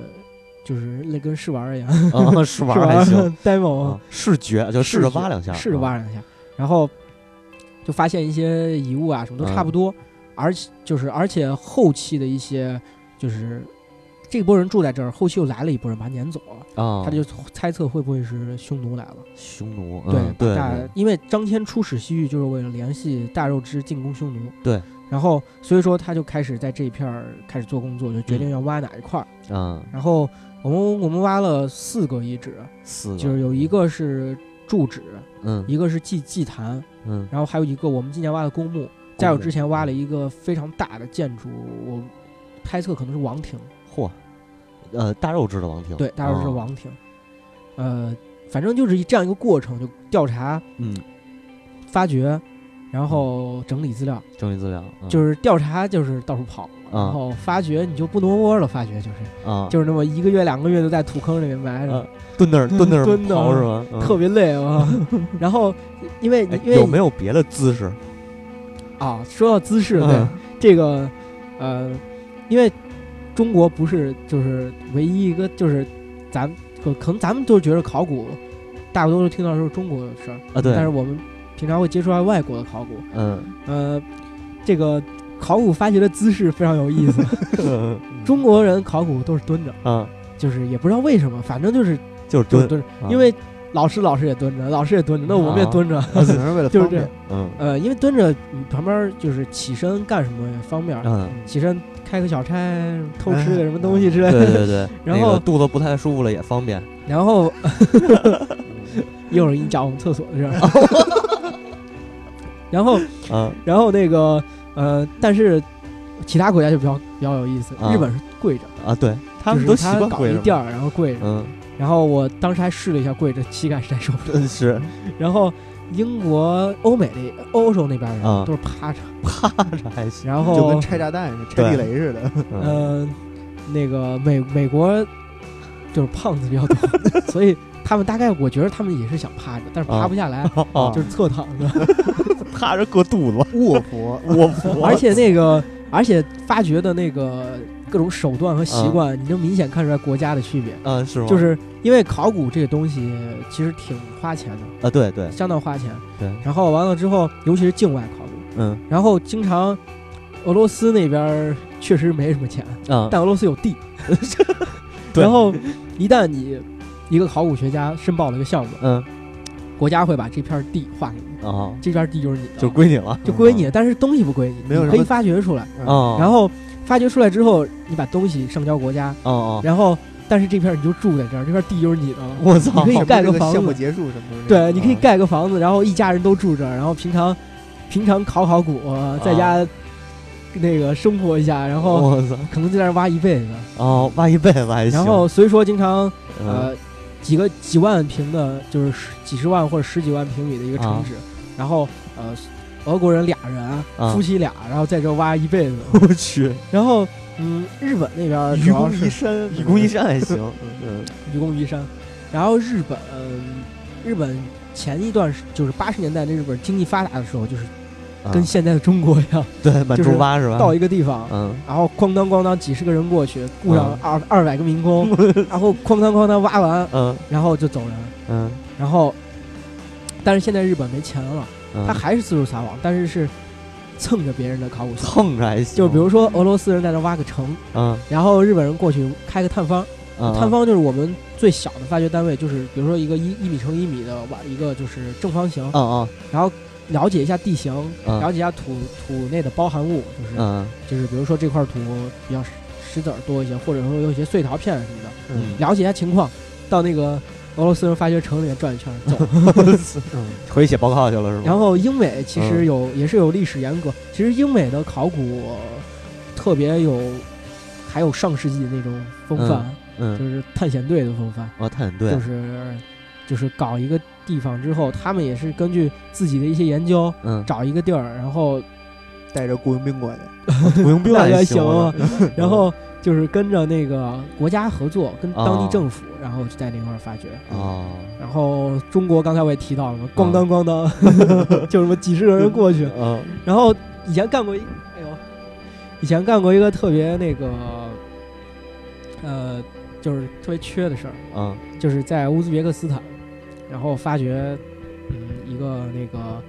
Speaker 3: 就是那跟试玩儿一样，
Speaker 2: 嗯试玩
Speaker 3: 试
Speaker 2: 儿
Speaker 3: (laughs)
Speaker 2: 还行
Speaker 3: 玩 demo，
Speaker 2: 嗯视觉就试着挖两下嗯
Speaker 3: 试着挖两下，然后就发现一些遗物
Speaker 2: 嗯
Speaker 3: 啊，什么都差不多，而且就是而且后期的一些就是这波人住在这儿，后续又来了一波人把他撵走，
Speaker 2: 啊，
Speaker 3: 他就猜测会不会是匈奴来了。
Speaker 2: 匈奴，
Speaker 3: 对
Speaker 2: 嗯，
Speaker 3: 把
Speaker 2: 对
Speaker 3: 大，因为张骞出使西域就是为了联系大肉之进攻匈奴。
Speaker 2: 对，
Speaker 3: 然后所以说他就开始在这一片儿开始做工作，就
Speaker 2: 嗯
Speaker 3: 决定要挖哪一块儿。
Speaker 2: 对啊，
Speaker 3: 然后我们我们挖了四个遗址，
Speaker 2: 四个，
Speaker 3: 就是有一，个是住址，
Speaker 2: 嗯
Speaker 3: 一个是祭祭坛，
Speaker 2: 嗯，
Speaker 3: 然后还有一个我们今年挖的公墓。再有之前挖了
Speaker 2: 一，
Speaker 3: 一个非常大的建筑，我猜测可能是王庭。
Speaker 2: 嚯，呃，大肉制的王庭，
Speaker 3: 对，大肉是
Speaker 2: 啊，
Speaker 3: 王庭。呃，反正就是一这样一个过程，就调查、
Speaker 2: 嗯，
Speaker 3: 发掘，然后整理资料。
Speaker 2: 整理资料，嗯
Speaker 3: 就是调查就是到处跑，然后发掘你就不挪窝了，发掘就是
Speaker 2: 啊，
Speaker 3: 就是那么一个月两个月都在土坑里面埋着，
Speaker 2: 啊蹲那儿蹲那儿
Speaker 3: 蹲那
Speaker 2: 刨
Speaker 3: 儿
Speaker 2: 是吗？嗯
Speaker 3: 特别
Speaker 2: (laughs)
Speaker 3: 累啊。然后因为你
Speaker 2: 哎
Speaker 3: 因为
Speaker 2: 有没有别的姿势？
Speaker 3: 啊？说到姿势，对
Speaker 2: 嗯
Speaker 3: 这个呃，因为中国不是就是唯一一个就是咱可可能咱们都觉得考古，大多数听到都是中国的事儿，
Speaker 2: 啊，对，
Speaker 3: 但是我们平常会接触到外国的考古，
Speaker 2: 嗯，
Speaker 3: 呃，这个考古发掘的姿势非常有意
Speaker 2: (laughs)
Speaker 3: 思。
Speaker 2: 嗯
Speaker 3: (laughs) 中国人考古都是蹲着。
Speaker 2: 啊，
Speaker 3: 就是也不知道为什么，反正就是
Speaker 2: 就是
Speaker 3: 就
Speaker 2: 蹲，
Speaker 3: 是蹲着，
Speaker 2: 啊
Speaker 3: 因为老师老师也蹲着，老师也蹲着，那我们也蹲着。
Speaker 1: 可能是为了
Speaker 3: 就是
Speaker 1: 方便
Speaker 3: 这样
Speaker 2: 嗯
Speaker 3: 呃，因为蹲着你旁边就是起身干什么也方便，
Speaker 2: 嗯，
Speaker 3: (laughs) 起身开个小差，偷
Speaker 2: 哎
Speaker 3: 吃个什么东西之类
Speaker 2: 对
Speaker 3: 的。
Speaker 2: 对对，
Speaker 3: 然
Speaker 2: 那个
Speaker 3: 后
Speaker 2: 肚子不太舒服了也方便，
Speaker 3: 然后 (laughs) 一会儿给你讲我们厕所的事儿。 (laughs) 然后
Speaker 2: 嗯
Speaker 3: 然后那个呃，但是其他国家就比较比较有意思，
Speaker 2: 啊
Speaker 3: 日本是跪着，
Speaker 2: 啊，对他们
Speaker 3: 就
Speaker 2: 都
Speaker 3: 是
Speaker 2: 习
Speaker 3: 他
Speaker 2: 惯
Speaker 3: 搞
Speaker 2: 跪
Speaker 3: 一
Speaker 2: 着
Speaker 3: 垫
Speaker 2: 嘛，
Speaker 3: 儿，然后跪着。
Speaker 2: 嗯，
Speaker 3: 然后我当时还试了一下跪着，膝盖实在受不了。
Speaker 2: 嗯
Speaker 3: (laughs)
Speaker 2: 是
Speaker 3: 然后英国、欧美的欧洲那边人
Speaker 2: 啊
Speaker 3: 都是趴着，
Speaker 2: 趴着还行，
Speaker 3: 然
Speaker 1: 就跟
Speaker 3: 后
Speaker 1: 拆炸弹似的，拆地
Speaker 2: 对
Speaker 1: 雷似
Speaker 3: (laughs)
Speaker 1: 的。
Speaker 2: 嗯
Speaker 3: 呃，那个美美国就是胖子比较多， (laughs) 所以他们大概我觉得他们也是想趴着，但是
Speaker 2: 啊
Speaker 3: 爬不下来，
Speaker 2: 哦
Speaker 3: 就是侧躺着。
Speaker 2: 趴着硌肚子，
Speaker 1: 卧佛，
Speaker 2: (laughs)
Speaker 1: 嗯
Speaker 2: 我服
Speaker 3: 而且那个，而且发掘的那个各种手段和习
Speaker 2: 啊
Speaker 3: 惯，你能明显看出来国家的区别。
Speaker 2: 嗯是吗？
Speaker 3: 就是因为考古这个东西其实挺花钱的，
Speaker 2: 啊对对
Speaker 3: 相当花钱。
Speaker 2: 对，
Speaker 3: 然后完了之后，尤其是境外考古，
Speaker 2: 嗯
Speaker 3: 然后经常俄罗斯那边儿确实没什么钱，
Speaker 2: 啊
Speaker 3: 但俄罗斯有地。 (laughs)
Speaker 2: 对
Speaker 3: 然后一旦你一个考古学家申报了一个项目，
Speaker 2: 嗯
Speaker 3: 国家会把这片地划给你，
Speaker 2: 啊
Speaker 3: 这片地就是你的，
Speaker 2: 就归你了
Speaker 3: 就归你，但是东西不归你，
Speaker 1: 没有
Speaker 3: 你
Speaker 1: 什
Speaker 3: 可以
Speaker 1: 么
Speaker 3: 发掘出来。
Speaker 2: 啊，
Speaker 3: 嗯然后发掘出来之后，你把东西上交国家，
Speaker 2: 哦哦，
Speaker 3: 然后但是这片儿你就住在这儿，这片地就是你的了。
Speaker 2: 我操
Speaker 3: 你可以
Speaker 1: 什么
Speaker 3: 哦盖
Speaker 1: 这
Speaker 3: 个
Speaker 1: 个
Speaker 3: 房
Speaker 1: 项目
Speaker 3: 子，
Speaker 1: 结束什么的。
Speaker 3: 对，你可以
Speaker 1: 啊
Speaker 3: 盖个房子，然后一家人都住这儿，然后平常平常考考古，呃在
Speaker 2: 啊
Speaker 3: 家那个生活一下，然后
Speaker 2: 我操
Speaker 3: 可能就在那儿挖一辈子。
Speaker 2: 哦，挖一辈子哦还行，
Speaker 3: 然后所以说经常
Speaker 2: 嗯
Speaker 3: 呃几个几万平的，就是十几十万或者十几万平米的一个
Speaker 1: 啊
Speaker 3: 城市，然后呃俄国人俩人、
Speaker 2: 啊
Speaker 3: 夫妻俩，然后在这挖
Speaker 1: (laughs)
Speaker 3: 一辈子。
Speaker 2: 我去
Speaker 3: 然后嗯，日本那边
Speaker 1: 愚
Speaker 3: 主要
Speaker 1: 公移
Speaker 3: 是
Speaker 1: 山，
Speaker 2: 愚公移山
Speaker 3: (laughs)
Speaker 2: 还行，嗯
Speaker 3: 愚公移山，然后日本、嗯日本前一段时就是八十年代那日本经济发达的时候，就是
Speaker 2: 啊
Speaker 3: 跟现在的中国一样，
Speaker 2: 对满
Speaker 3: 就是
Speaker 2: 洲挖
Speaker 1: 啊
Speaker 2: 是吧？
Speaker 3: 到一个地方。
Speaker 2: 嗯
Speaker 3: 然后哐当哐当几十个人过去，雇上二二百个民工，
Speaker 1: (laughs)
Speaker 3: 然后哐当哐当挖完，
Speaker 2: 嗯
Speaker 3: 然后就走人。
Speaker 2: 嗯
Speaker 3: 然后，但是现在日本没钱了，
Speaker 2: 嗯，
Speaker 3: 他还是四处撒网，但是是蹭着别人的考古项目。
Speaker 2: 蹭着还行，
Speaker 3: 就比如说俄罗斯人在那挖个城，
Speaker 2: 嗯
Speaker 3: 然后日本人过去开个探方，
Speaker 2: 嗯
Speaker 3: 探方就是我们最小的发掘单位，就是比如说一个一一米乘一米的挖一个就是正方形，
Speaker 2: 嗯
Speaker 3: 然后了解一下地形，
Speaker 2: 嗯
Speaker 3: 了解一下土土内的包含物，就是、
Speaker 2: 嗯
Speaker 3: 就是比如说这块土比较石石子儿多一些，或者说有一些碎陶片什么的，
Speaker 2: 嗯
Speaker 3: 了解一下情况，到那个俄罗斯人发掘城里面转一圈儿走。
Speaker 1: 嗯
Speaker 2: 回去写报告去了是吗？
Speaker 3: 然后英美其
Speaker 2: 嗯
Speaker 3: 实有、也是有历史严格，其实英美的考古特别有，还有上世纪那种风范，
Speaker 2: 嗯，
Speaker 3: 就是探险队的风范，
Speaker 2: 哦，探险队
Speaker 3: 就，是就是搞一个地方之后，他们也是根据自己的一些研究
Speaker 2: 嗯，
Speaker 3: 找一个地儿，然后
Speaker 1: 带着雇佣兵过去，
Speaker 2: 雇佣兵
Speaker 3: 那
Speaker 2: 还
Speaker 3: 也
Speaker 2: 行
Speaker 3: 行
Speaker 2: 我
Speaker 3: 啊
Speaker 2: 操， (laughs)
Speaker 3: 然后就是跟着那个国家合作，跟当
Speaker 2: 哦
Speaker 3: 地政府，然后就在那块儿发掘。
Speaker 2: 哦，
Speaker 3: 然后中国刚才我也提到
Speaker 2: 啊
Speaker 3: 了嘛，咣当咣当， (laughs) 就什么几十个人过去，
Speaker 2: 嗯
Speaker 3: 然后以前干过一，哎呦，以前干过一个特别那个，呃，就是特别缺的事儿，
Speaker 2: 嗯
Speaker 3: 就是在乌兹别克斯坦，然后发掘，嗯，一个那个，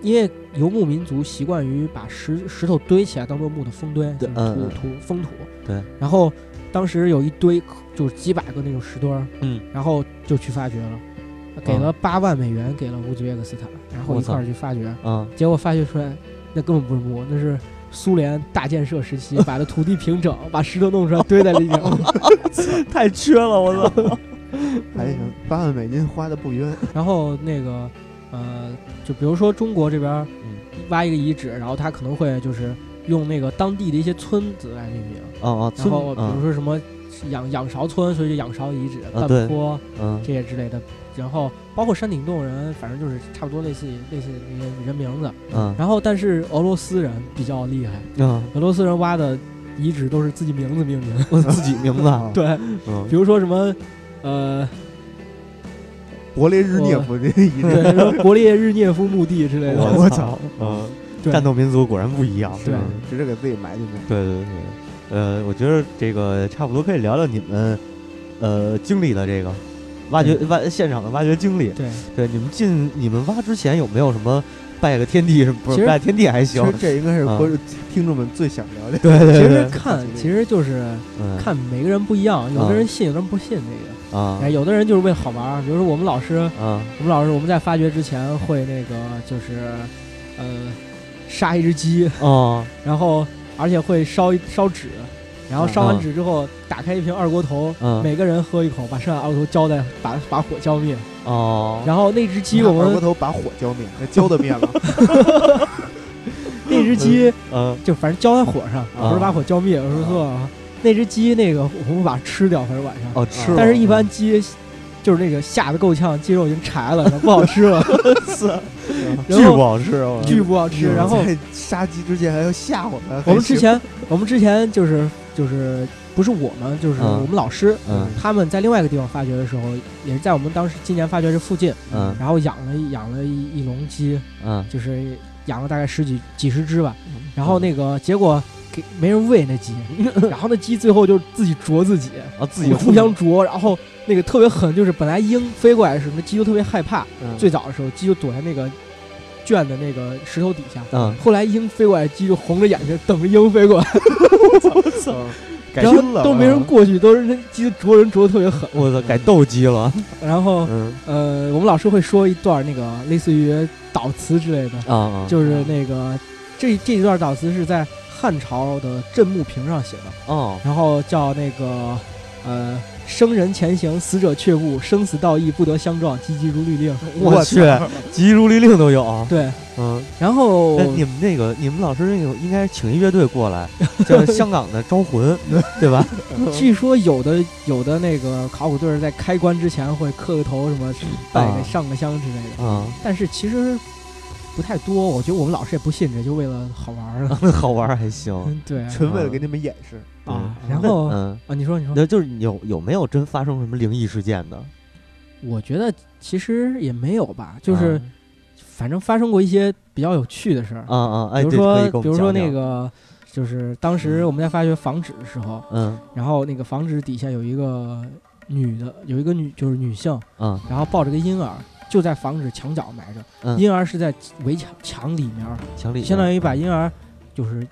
Speaker 3: 因为游牧民族习惯于把石石头堆起来当做木头封堆，
Speaker 2: 对
Speaker 3: 就是
Speaker 2: 嗯
Speaker 3: 土土封土，
Speaker 2: 对，
Speaker 3: 然后当时有一堆就是几百个那种石墩儿，
Speaker 2: 嗯，
Speaker 3: 然后就去发掘了，给了八万美元给了乌兹别克斯坦，然后
Speaker 2: 我
Speaker 3: 一
Speaker 2: 操
Speaker 3: 块儿去发掘，
Speaker 2: 嗯，
Speaker 3: 结果发掘出来那根本不是墓，那是。苏联大建设
Speaker 2: (laughs)
Speaker 3: 时期，把这土地平整， (laughs) 把石头弄出来堆在里面。
Speaker 2: 太缺了，我操！
Speaker 1: 还行，八万美金花的不
Speaker 3: (laughs)
Speaker 1: 冤。
Speaker 3: 然后那个，呃，就比如说中国这边儿
Speaker 2: 嗯
Speaker 3: 挖一个遗址，然后他可能会就是用那个当地的一些村子来命名，
Speaker 2: 哦哦，
Speaker 3: 然
Speaker 2: 村
Speaker 3: 后比如
Speaker 2: 嗯
Speaker 3: 说什么仰仰韶村，所以就仰韶遗址、
Speaker 2: 啊
Speaker 3: 半
Speaker 2: 对
Speaker 3: 坡
Speaker 2: 嗯
Speaker 3: 这些之类的。然后包括山顶洞人，反正就是差不多类似于类似于那些人名字。
Speaker 2: 嗯
Speaker 3: 然后但是俄罗斯人比较厉害， (laughs)
Speaker 2: 嗯，
Speaker 3: 俄罗斯人挖的遗址都是自己名字命名的。
Speaker 2: (laughs) 我自己名字啊，
Speaker 3: 对，
Speaker 2: 嗯
Speaker 3: 比如说什么，
Speaker 2: (laughs)
Speaker 3: 呃，
Speaker 1: 勃列日涅夫这一
Speaker 3: 对，
Speaker 1: 阵，
Speaker 3: 什
Speaker 1: (laughs)
Speaker 3: 么勃列日涅夫墓地之类的。
Speaker 2: 我
Speaker 1: 操，
Speaker 2: 嗯，
Speaker 3: 对
Speaker 2: 战斗民族果然不一样，
Speaker 3: 对
Speaker 2: 嗯
Speaker 1: 直接给自己埋
Speaker 3: (laughs)
Speaker 1: 进去。
Speaker 2: 对对对，呃，我觉得这个差不多可以聊聊你们呃经历的这个挖掘挖现场的挖掘经历。
Speaker 3: 对，
Speaker 2: 对，你们进你们挖之前有没有什么拜个天地什么？不
Speaker 3: 其
Speaker 2: 是
Speaker 3: 实
Speaker 2: 拜天地还
Speaker 1: 其
Speaker 2: 行
Speaker 1: 实，这应该是
Speaker 2: 嗯
Speaker 1: 观听众们最想聊
Speaker 3: (laughs)
Speaker 1: 的。
Speaker 2: 对
Speaker 3: 其
Speaker 2: 对
Speaker 3: 实
Speaker 2: 对，
Speaker 3: 看其实就是
Speaker 2: 嗯
Speaker 3: 看每个人不一样，有
Speaker 2: 啊
Speaker 3: 的人信，有的人不信这个。
Speaker 2: 啊
Speaker 3: 哎，有的人就是为了好玩儿，比如说我们老师，
Speaker 2: 啊
Speaker 3: 我们老师我们在发掘之前会那个就是，呃，杀一只鸡，
Speaker 2: 哦
Speaker 3: 然后而且会烧一烧纸，然后
Speaker 2: 嗯
Speaker 3: 烧完纸之后打开一瓶二锅头，
Speaker 2: 嗯
Speaker 3: 每个人喝一口，把剩下的二锅头浇在，把把火浇灭。
Speaker 2: 哦，
Speaker 3: 然后那只鸡
Speaker 1: 拿 (laughs) 二
Speaker 3: 我
Speaker 1: 锅
Speaker 2: (laughs)
Speaker 3: 们
Speaker 1: 头把火浇灭，那浇的灭
Speaker 3: (laughs)
Speaker 1: 了。
Speaker 3: 那只鸡
Speaker 2: 嗯
Speaker 3: 就反正浇在火上，
Speaker 2: 啊
Speaker 3: 不是把火浇灭，我是说
Speaker 2: 嗯
Speaker 3: 啊那只鸡那个我们把它吃掉，反正晚上。
Speaker 2: 哦吃了，
Speaker 3: 但是，一般鸡就是那个吓得够呛，鸡肉已经柴
Speaker 2: (laughs)
Speaker 3: 了，然后不好吃了， (laughs) 然
Speaker 2: 巨
Speaker 3: 后
Speaker 2: 不好吃，嗯我
Speaker 3: 嗯巨不
Speaker 1: (laughs)
Speaker 3: 好吃。然后
Speaker 1: 在杀鸡之前还要吓唬他。
Speaker 3: 我们之前，我们之前就是就是不是我们，就是
Speaker 2: 嗯
Speaker 3: 我们老师，
Speaker 2: 嗯
Speaker 3: 他们在另外一个地方发掘的时候，也是在我们当时今年发掘这附近，
Speaker 2: 嗯
Speaker 3: 然后养了一养了一一笼鸡，
Speaker 2: 嗯
Speaker 3: 就是养了大概十几几十只吧，
Speaker 1: 嗯
Speaker 3: 然后那个结果。给没人喂那鸡，然后那鸡最后就自己啄自己，
Speaker 2: 啊自己
Speaker 3: 互相啄，然后那个特别狠，就是本来鹰飞过来的时候，那鸡就特别害怕。
Speaker 1: 嗯
Speaker 3: 最早的时候，鸡就躲在那个圈的那个石头底下，
Speaker 2: 嗯
Speaker 3: 后来鹰飞过来，鸡就红着眼睛等着鹰飞过来，
Speaker 1: 嗯改
Speaker 3: 然
Speaker 1: 拼
Speaker 3: 后
Speaker 1: 了啊
Speaker 3: 都没人过去，都是那鸡啄人啄得特别狠。
Speaker 2: 我操改斗鸡了，
Speaker 3: 然后
Speaker 2: 嗯
Speaker 3: 呃，我们老师会说一段那个类似于悼词之类的，
Speaker 2: 啊 (laughs) 啊
Speaker 3: 就是那个这这一段悼词是在汉朝的镇墓屏上写的，
Speaker 2: 哦
Speaker 3: 然后叫那个呃。生人前行，死者却步；生死道义，不得相撞。急急如律令。
Speaker 2: 我去，急如律令都有，
Speaker 3: 对，
Speaker 2: 嗯。
Speaker 3: 然后
Speaker 2: 哎，你们那个，你们老师那个应该请一乐队过
Speaker 3: (laughs)
Speaker 2: 来，叫香港的招魂，对吧？
Speaker 3: 据说有的有的那个考古队儿在开棺之前会磕个头，什么拜
Speaker 2: 啊
Speaker 3: 个上个香之类的，
Speaker 2: 啊，
Speaker 3: 但是其实不太多。我觉得我们老师也不信这，就为了好玩儿了。
Speaker 2: 好玩儿还行
Speaker 3: 嗯， (laughs) 对
Speaker 1: 纯为了给你们演示。
Speaker 3: 啊
Speaker 1: 嗯，
Speaker 3: 然后啊，
Speaker 2: 嗯，
Speaker 3: 你说你说，
Speaker 2: 那就是有有没有真发生什么灵异事件的？
Speaker 3: 我觉得其实也没有吧，就是反正发生过一些比较有趣的事儿
Speaker 2: 啊，啊，
Speaker 3: 比
Speaker 2: 哎，
Speaker 3: 如
Speaker 2: 对可以
Speaker 3: 说
Speaker 2: 给我们
Speaker 3: 比如说
Speaker 2: 讲
Speaker 3: 那
Speaker 2: 讲，
Speaker 3: 个。就是当时我们在发掘房址的时候，
Speaker 2: 嗯
Speaker 3: 然后那个房址底下有一个女的，有一个女就是女性，
Speaker 2: 嗯
Speaker 3: 然后抱着个婴儿，就在房子墙角埋着。
Speaker 2: 嗯
Speaker 3: 婴儿是在围墙墙里面儿，
Speaker 2: 墙里
Speaker 3: 相当
Speaker 2: 于
Speaker 3: 于把婴儿就是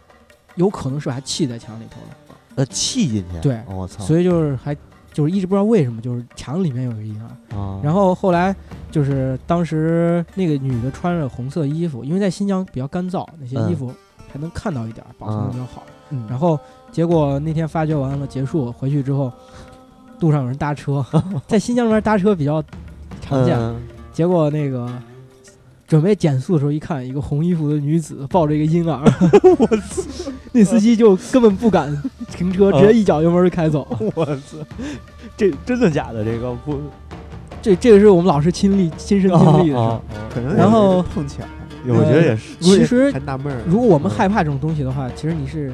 Speaker 3: 有可能是把他砌在墙里头了，
Speaker 2: 呃气进去，
Speaker 3: 对
Speaker 2: 哦我操，
Speaker 3: 所以就是还就是一直不知道为什么就是墙里面有个婴儿。
Speaker 2: 以啊，
Speaker 3: 然后后来就是当时那个女的穿着红色衣服，因为在新疆比较干燥，那些
Speaker 2: 嗯
Speaker 3: 衣服还能看到一点儿，保存的比较好。
Speaker 1: 嗯
Speaker 3: 然后结果那天发掘完了结束回去之后，路上有人搭车，在新疆那边搭车比较常见。
Speaker 2: 嗯
Speaker 3: 结果那个准备减速的时候，一看一个红衣服的女子抱着一个婴儿，我操！那司机就根本不敢停车，
Speaker 2: 啊
Speaker 3: 直接一脚油门就开走。
Speaker 2: (laughs) 我操，这真的假的？这个不
Speaker 3: 这这个是我们老师亲历亲身经历的事儿
Speaker 2: 啊。，
Speaker 1: 可能
Speaker 3: 然后
Speaker 1: 也是碰巧，
Speaker 2: 我觉得也是，
Speaker 3: 其实
Speaker 1: 还纳闷儿。
Speaker 3: 如果我们害怕这种东西的话，其实你是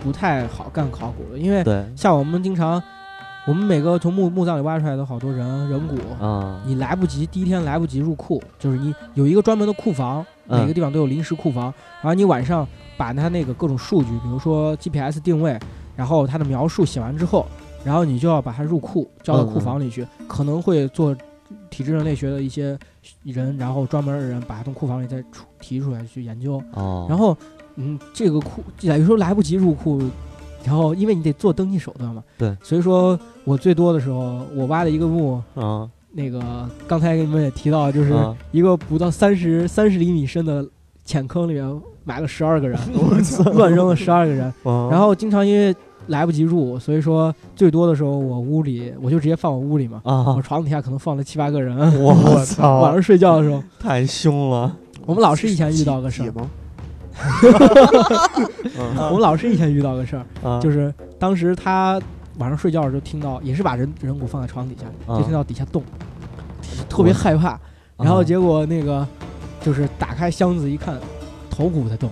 Speaker 3: 不太好干考古的，因为
Speaker 2: 对
Speaker 3: 像我们经常，我们每个从墓墓葬里挖出来的好多
Speaker 2: 嗯
Speaker 3: 人人骨。
Speaker 2: 啊，
Speaker 3: 你来不及，第一天来不及入库，就是你有一个专门的库房，每个
Speaker 2: 嗯
Speaker 3: 地方都有临时库房，然后你晚上把它那个各种数据，比如说 GPS 定位，然后它的描述写完之后，然后你就要把它入库，交到
Speaker 2: 嗯嗯
Speaker 3: 库房里去，可能会做体制人类学的一些人，然后专门的人把它从库房里再出提出来去研究，
Speaker 2: 哦，
Speaker 3: 然后嗯，这个库假如说来不及入库，然后因为你得做登记手段嘛，
Speaker 2: 对，
Speaker 3: 所以说我最多的时候，我挖的一个墓，
Speaker 2: 啊
Speaker 3: 那个刚才你们也提到，就是
Speaker 2: 啊，
Speaker 3: 一个不到三十三十厘米深的浅坑里面埋了十
Speaker 2: (laughs)
Speaker 3: 二个人，乱扔了十二个人，然
Speaker 2: 然
Speaker 3: 后经常因为来不及入，所以说最多的时候我屋里我就直接放我屋里嘛，
Speaker 2: 啊
Speaker 3: 我，床底下可能放了七八个人，
Speaker 2: 我
Speaker 3: (laughs) 晚
Speaker 2: 操，
Speaker 3: 上睡觉的时候，
Speaker 2: 太凶了，
Speaker 3: 我们老师以前遇到个事
Speaker 1: 挤
Speaker 3: 儿，
Speaker 1: 吗？
Speaker 2: (laughs) 啊
Speaker 3: 我们老师以前遇到个事儿，
Speaker 2: 啊
Speaker 3: 嗯就是当时他晚上睡觉的时候听到，也是把人人骨放在床底下，
Speaker 2: 啊
Speaker 3: 就听到底下动，特别害怕。然后结果那个就是打开箱子一看，头骨在动，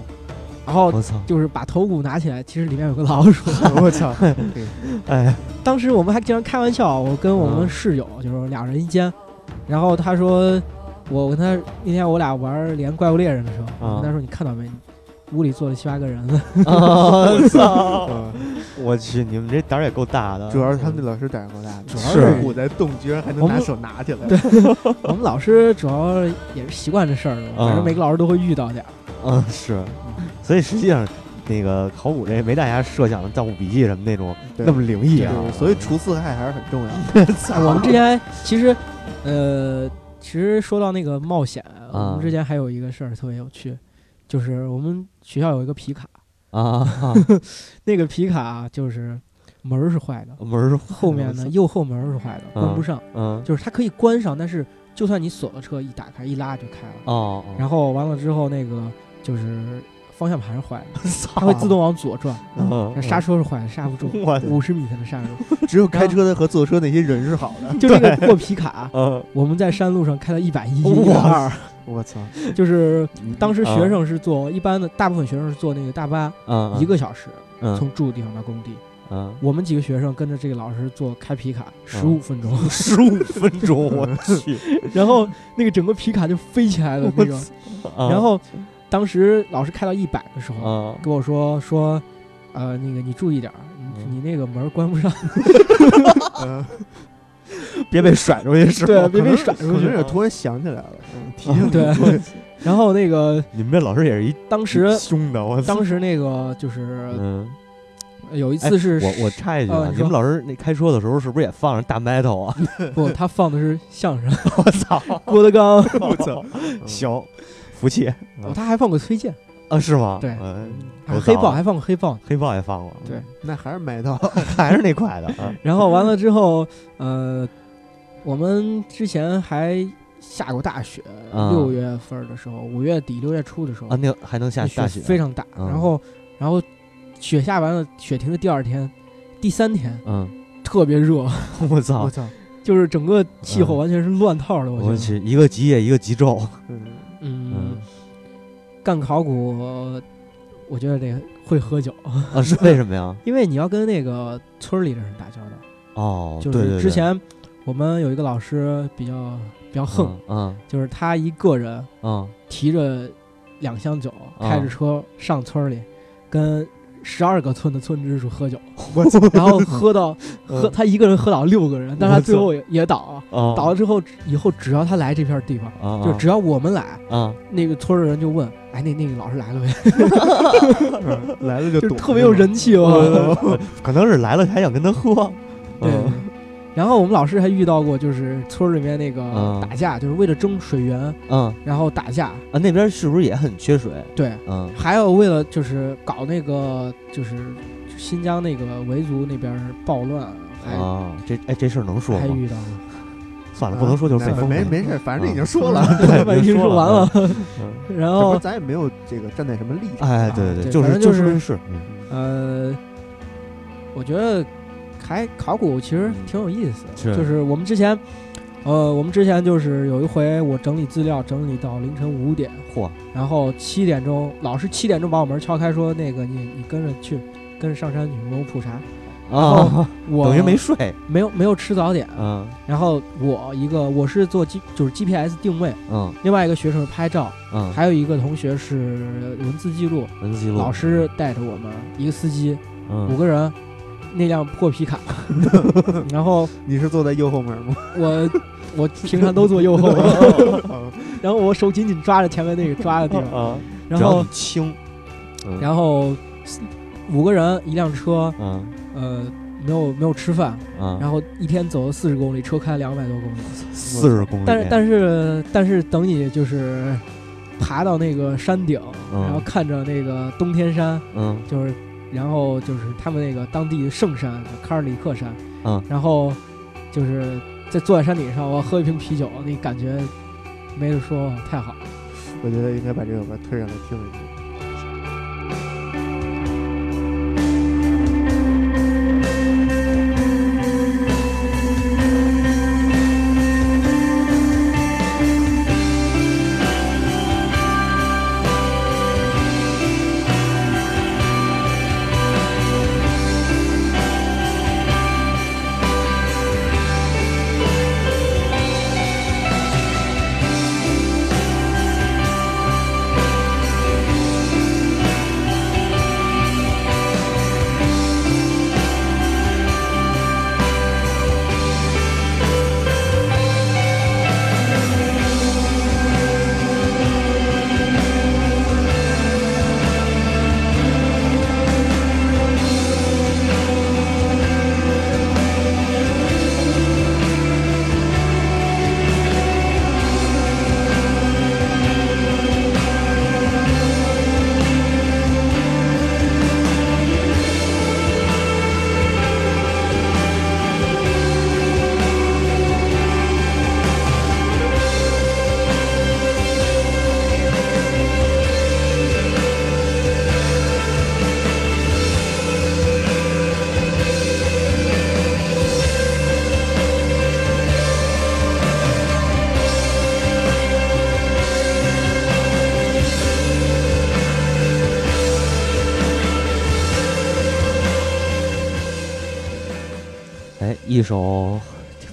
Speaker 3: 然后
Speaker 2: 我操，
Speaker 3: 就是把头骨拿起来，其实里面有个老鼠。 (laughs)
Speaker 1: 我操！嗯
Speaker 2: 哎，
Speaker 3: 当时我们还经常开玩笑，我跟我
Speaker 2: 啊
Speaker 3: 们室友就是俩人一间，然后他说我跟他那天我俩玩连怪物猎人的时
Speaker 2: 啊
Speaker 3: 候，我跟他说你看到没，屋里坐了七八个人了，
Speaker 2: 我操，
Speaker 1: 嗯
Speaker 2: (laughs) 我去，你们这胆儿也够大的，
Speaker 1: 主要是他们那老师胆儿够大，主要
Speaker 2: 是
Speaker 1: 骨在动，居然还能
Speaker 3: 我
Speaker 1: 拿
Speaker 3: 们
Speaker 1: 手拿起来。
Speaker 3: 对 (laughs) 我们老师主要也是习惯这事儿了，反正每个老师都会遇到点儿。
Speaker 2: 嗯，是，所以实际上那个考古这没大家设想的《盗墓笔记》什么那种
Speaker 1: 对
Speaker 2: 那么灵异
Speaker 1: 对
Speaker 2: 啊，
Speaker 1: 所以除四害还是很重要的。
Speaker 3: (laughs) 哎我们之前其实，呃，其实说到那个冒险，我们之前还有一个事儿特别有趣，就是我们学校有一个皮卡，
Speaker 2: 啊，
Speaker 3: 那个皮卡就是门儿是坏的，
Speaker 2: (laughs) 门儿
Speaker 3: 后面呢右后门儿是坏的，关不上，
Speaker 2: 嗯
Speaker 3: 就是它可以关上，但是就算你锁了车，一打开一拉就开了。
Speaker 2: 哦，
Speaker 3: 然后完了之后，那个就是方向盘是坏
Speaker 1: (laughs)
Speaker 3: 的，它会自动往左转，
Speaker 2: 后，
Speaker 3: 那刹车是坏的，刹不住
Speaker 2: 我的
Speaker 3: 五十米才能刹住。
Speaker 1: 只有开车的和坐车那些人是好的。
Speaker 3: (laughs) 就那个破皮卡，
Speaker 2: 嗯，
Speaker 3: 我们在山路上开到一百一、一百
Speaker 2: 哇
Speaker 3: 二，
Speaker 1: (laughs) 我操！
Speaker 3: 就是当时学生是坐一般的，大部分学生是坐那个大巴，
Speaker 2: 嗯
Speaker 3: 一个小时
Speaker 2: 嗯
Speaker 3: 从住的地方到工地。
Speaker 2: 嗯
Speaker 3: 我们几个学生跟着这个老师坐开皮卡十五分钟， (laughs)
Speaker 2: 十
Speaker 1: (laughs)
Speaker 2: 五分钟，我去，
Speaker 3: 然后那个整个皮卡就飞起来了那种。然后当时老师开到一百的时候，
Speaker 2: 啊
Speaker 3: 跟我说说，呃，那个你注意点儿，
Speaker 2: 嗯
Speaker 3: 你你那个门关不上，
Speaker 1: 嗯，
Speaker 2: 别被甩出去是
Speaker 3: 对，
Speaker 2: 吧？
Speaker 3: 别被甩
Speaker 1: 可
Speaker 3: 出
Speaker 1: 能
Speaker 3: 去。啊
Speaker 1: 是突然想起来了，嗯提醒你。
Speaker 3: 对 (laughs) 然后那个
Speaker 2: 你们这老师也是一
Speaker 3: 当
Speaker 2: (laughs)
Speaker 3: 时
Speaker 2: 凶的，我操
Speaker 3: 啊当时那个就是
Speaker 2: 嗯，
Speaker 3: 有一
Speaker 2: 哎
Speaker 3: 次是
Speaker 2: 我我插一句
Speaker 3: 呃
Speaker 2: 啊，
Speaker 3: 你
Speaker 2: 你们
Speaker 3: 说
Speaker 2: 老师那开车的时候是不是也放着大 metal 啊？
Speaker 3: 不，他放的是相声，
Speaker 2: (laughs) 我操，
Speaker 3: 郭德纲，
Speaker 2: (laughs) 我操， (laughs) 行，服气
Speaker 3: 哦他还放过崔健，
Speaker 2: 啊？是吗？
Speaker 3: 对
Speaker 2: 嗯
Speaker 3: 啊
Speaker 2: 我
Speaker 3: 黑
Speaker 2: 操
Speaker 3: 豹还放过黑豹呢。
Speaker 2: 黑豹也放过，
Speaker 3: 对，嗯
Speaker 1: 那还是买到。
Speaker 2: 还是那块的啊。
Speaker 3: 然后完了之后，呃，我们之前还下过大雪，
Speaker 2: 啊
Speaker 3: 六月份的时候，五月底六月初的时候，
Speaker 2: 啊，那个还能下
Speaker 3: 那
Speaker 2: 大雪，
Speaker 3: 雪非常大。
Speaker 2: 嗯
Speaker 3: 然后，然后雪下完了，雪停的第二天、第三天
Speaker 2: 嗯， (laughs)
Speaker 3: 特别热，
Speaker 2: 我操
Speaker 1: 我，操！
Speaker 3: 就是整个气候
Speaker 2: 嗯
Speaker 3: 完全是乱套的。
Speaker 2: 我
Speaker 3: 我觉得，
Speaker 2: 去，一个极夜，一个极
Speaker 3: (laughs)
Speaker 2: 昼，
Speaker 1: 嗯，
Speaker 3: 嗯
Speaker 2: 嗯，
Speaker 3: 干考古，我觉得这个会喝酒，
Speaker 2: 啊，是为什么呀？
Speaker 3: 因为你要跟那个村儿里的人打交道。
Speaker 2: 哦，
Speaker 3: 就
Speaker 2: 对对
Speaker 3: 是
Speaker 2: 对
Speaker 3: 之前我们有一个老师比较比较横，，
Speaker 2: 嗯
Speaker 3: 就是他一个人
Speaker 2: 嗯
Speaker 3: (laughs)
Speaker 2: 嗯，
Speaker 3: 提着两箱酒，
Speaker 2: 啊
Speaker 3: 开着车上村儿里，跟十二个村的村支书
Speaker 2: (laughs)
Speaker 3: 喝酒，
Speaker 1: 我操！
Speaker 3: 然后喝到喝
Speaker 2: 嗯
Speaker 3: 他一个人喝倒六个人，但是他最后也也倒，
Speaker 2: 哦
Speaker 3: 倒了之后以后只要他来这片地方，
Speaker 2: 啊，
Speaker 3: 就只要我们来，
Speaker 2: 啊，
Speaker 3: 那个村儿的人就问，哎，那那个老师来了没？
Speaker 1: (laughs)
Speaker 3: (laughs)
Speaker 1: 嗯来了就
Speaker 3: 就
Speaker 1: 懂，
Speaker 3: 是特别有人气哦。
Speaker 2: 嗯可能是来了还想跟他喝，
Speaker 3: 对
Speaker 2: 嗯。
Speaker 3: 然后我们老师还遇到过，就是村儿里面那个
Speaker 2: 啊
Speaker 3: 打架，就是为了争水源，
Speaker 2: 嗯
Speaker 3: 然后打架。
Speaker 2: 啊，那边是不是也很缺水？
Speaker 3: 对，
Speaker 2: 嗯
Speaker 3: 还有为了就是搞那个就是新疆那个维族那边儿暴乱，还、
Speaker 2: 啊，这哎这事儿能说
Speaker 3: 还
Speaker 2: 吗？
Speaker 3: 遇到 (laughs) 过，
Speaker 2: 算了，
Speaker 1: 啊
Speaker 2: 不能说就是被
Speaker 1: 那
Speaker 2: 封 (laughs)
Speaker 1: 没
Speaker 2: 了
Speaker 1: 没事，反正已经说了，
Speaker 3: (laughs)
Speaker 2: 对，
Speaker 3: 已经说完了。 (laughs)
Speaker 2: 嗯。
Speaker 3: 然
Speaker 1: 这不
Speaker 3: 后
Speaker 1: 咱也没有这个站在什么立场。
Speaker 2: 哎，对
Speaker 3: 对
Speaker 2: 就
Speaker 3: 反
Speaker 2: 是
Speaker 3: 正就
Speaker 2: 就事论
Speaker 3: 是
Speaker 2: 事，嗯
Speaker 3: 呃，我觉得还考古其
Speaker 2: 嗯
Speaker 3: 实挺有意思的，
Speaker 2: 是
Speaker 3: 就是我们之前。呃，我们之前就是有一回，我整理资料，整理到凌晨五点，
Speaker 2: 嚯，
Speaker 3: 然后七点钟，老师七点钟把我门敲开，说那个你你跟着去，跟着上山去，我普查。
Speaker 2: 啊，
Speaker 3: 哦我
Speaker 2: (laughs) 等于没睡，
Speaker 3: 没有没有吃早点，
Speaker 2: 嗯
Speaker 3: 然后我一个我是做 G 就是 GPS 定位，
Speaker 2: 嗯
Speaker 3: 另外一个学生是拍照，
Speaker 2: 嗯，
Speaker 3: 还有一个同学是文字记录。
Speaker 2: 文字记录，
Speaker 3: 老师带着我们，一个司机，五
Speaker 2: 嗯，
Speaker 3: 个人，那辆破
Speaker 2: (laughs)
Speaker 3: 皮卡。然后
Speaker 1: 你是坐在右后门吗？
Speaker 3: (laughs) 我我平常都坐右后，
Speaker 2: (laughs)
Speaker 1: 哦
Speaker 3: 然后我手
Speaker 2: (laughs)
Speaker 3: 紧紧抓着前面那个抓的地方，
Speaker 2: 啊，
Speaker 3: 然
Speaker 2: 只要
Speaker 3: 后
Speaker 2: 你轻，嗯
Speaker 3: 然后五个人一辆车，
Speaker 2: 嗯
Speaker 3: 呃，没有没有吃饭，
Speaker 2: 嗯，
Speaker 3: 然后一天走了四十公里，车开两百多公里，
Speaker 2: 四十公里，
Speaker 3: 但是但是但是等你就是爬到那个山顶，
Speaker 2: 嗯
Speaker 3: 然后看着那个冬天山，
Speaker 2: 嗯
Speaker 3: 就是然后就是他们那个当地圣山卡尔里克山，
Speaker 2: 嗯，
Speaker 3: 然后就是在坐在山顶上，我喝一瓶啤酒，那感觉没得说，太好了。 (laughs)
Speaker 1: 我觉得应该把这首歌推上来听一听。
Speaker 2: 哎，一首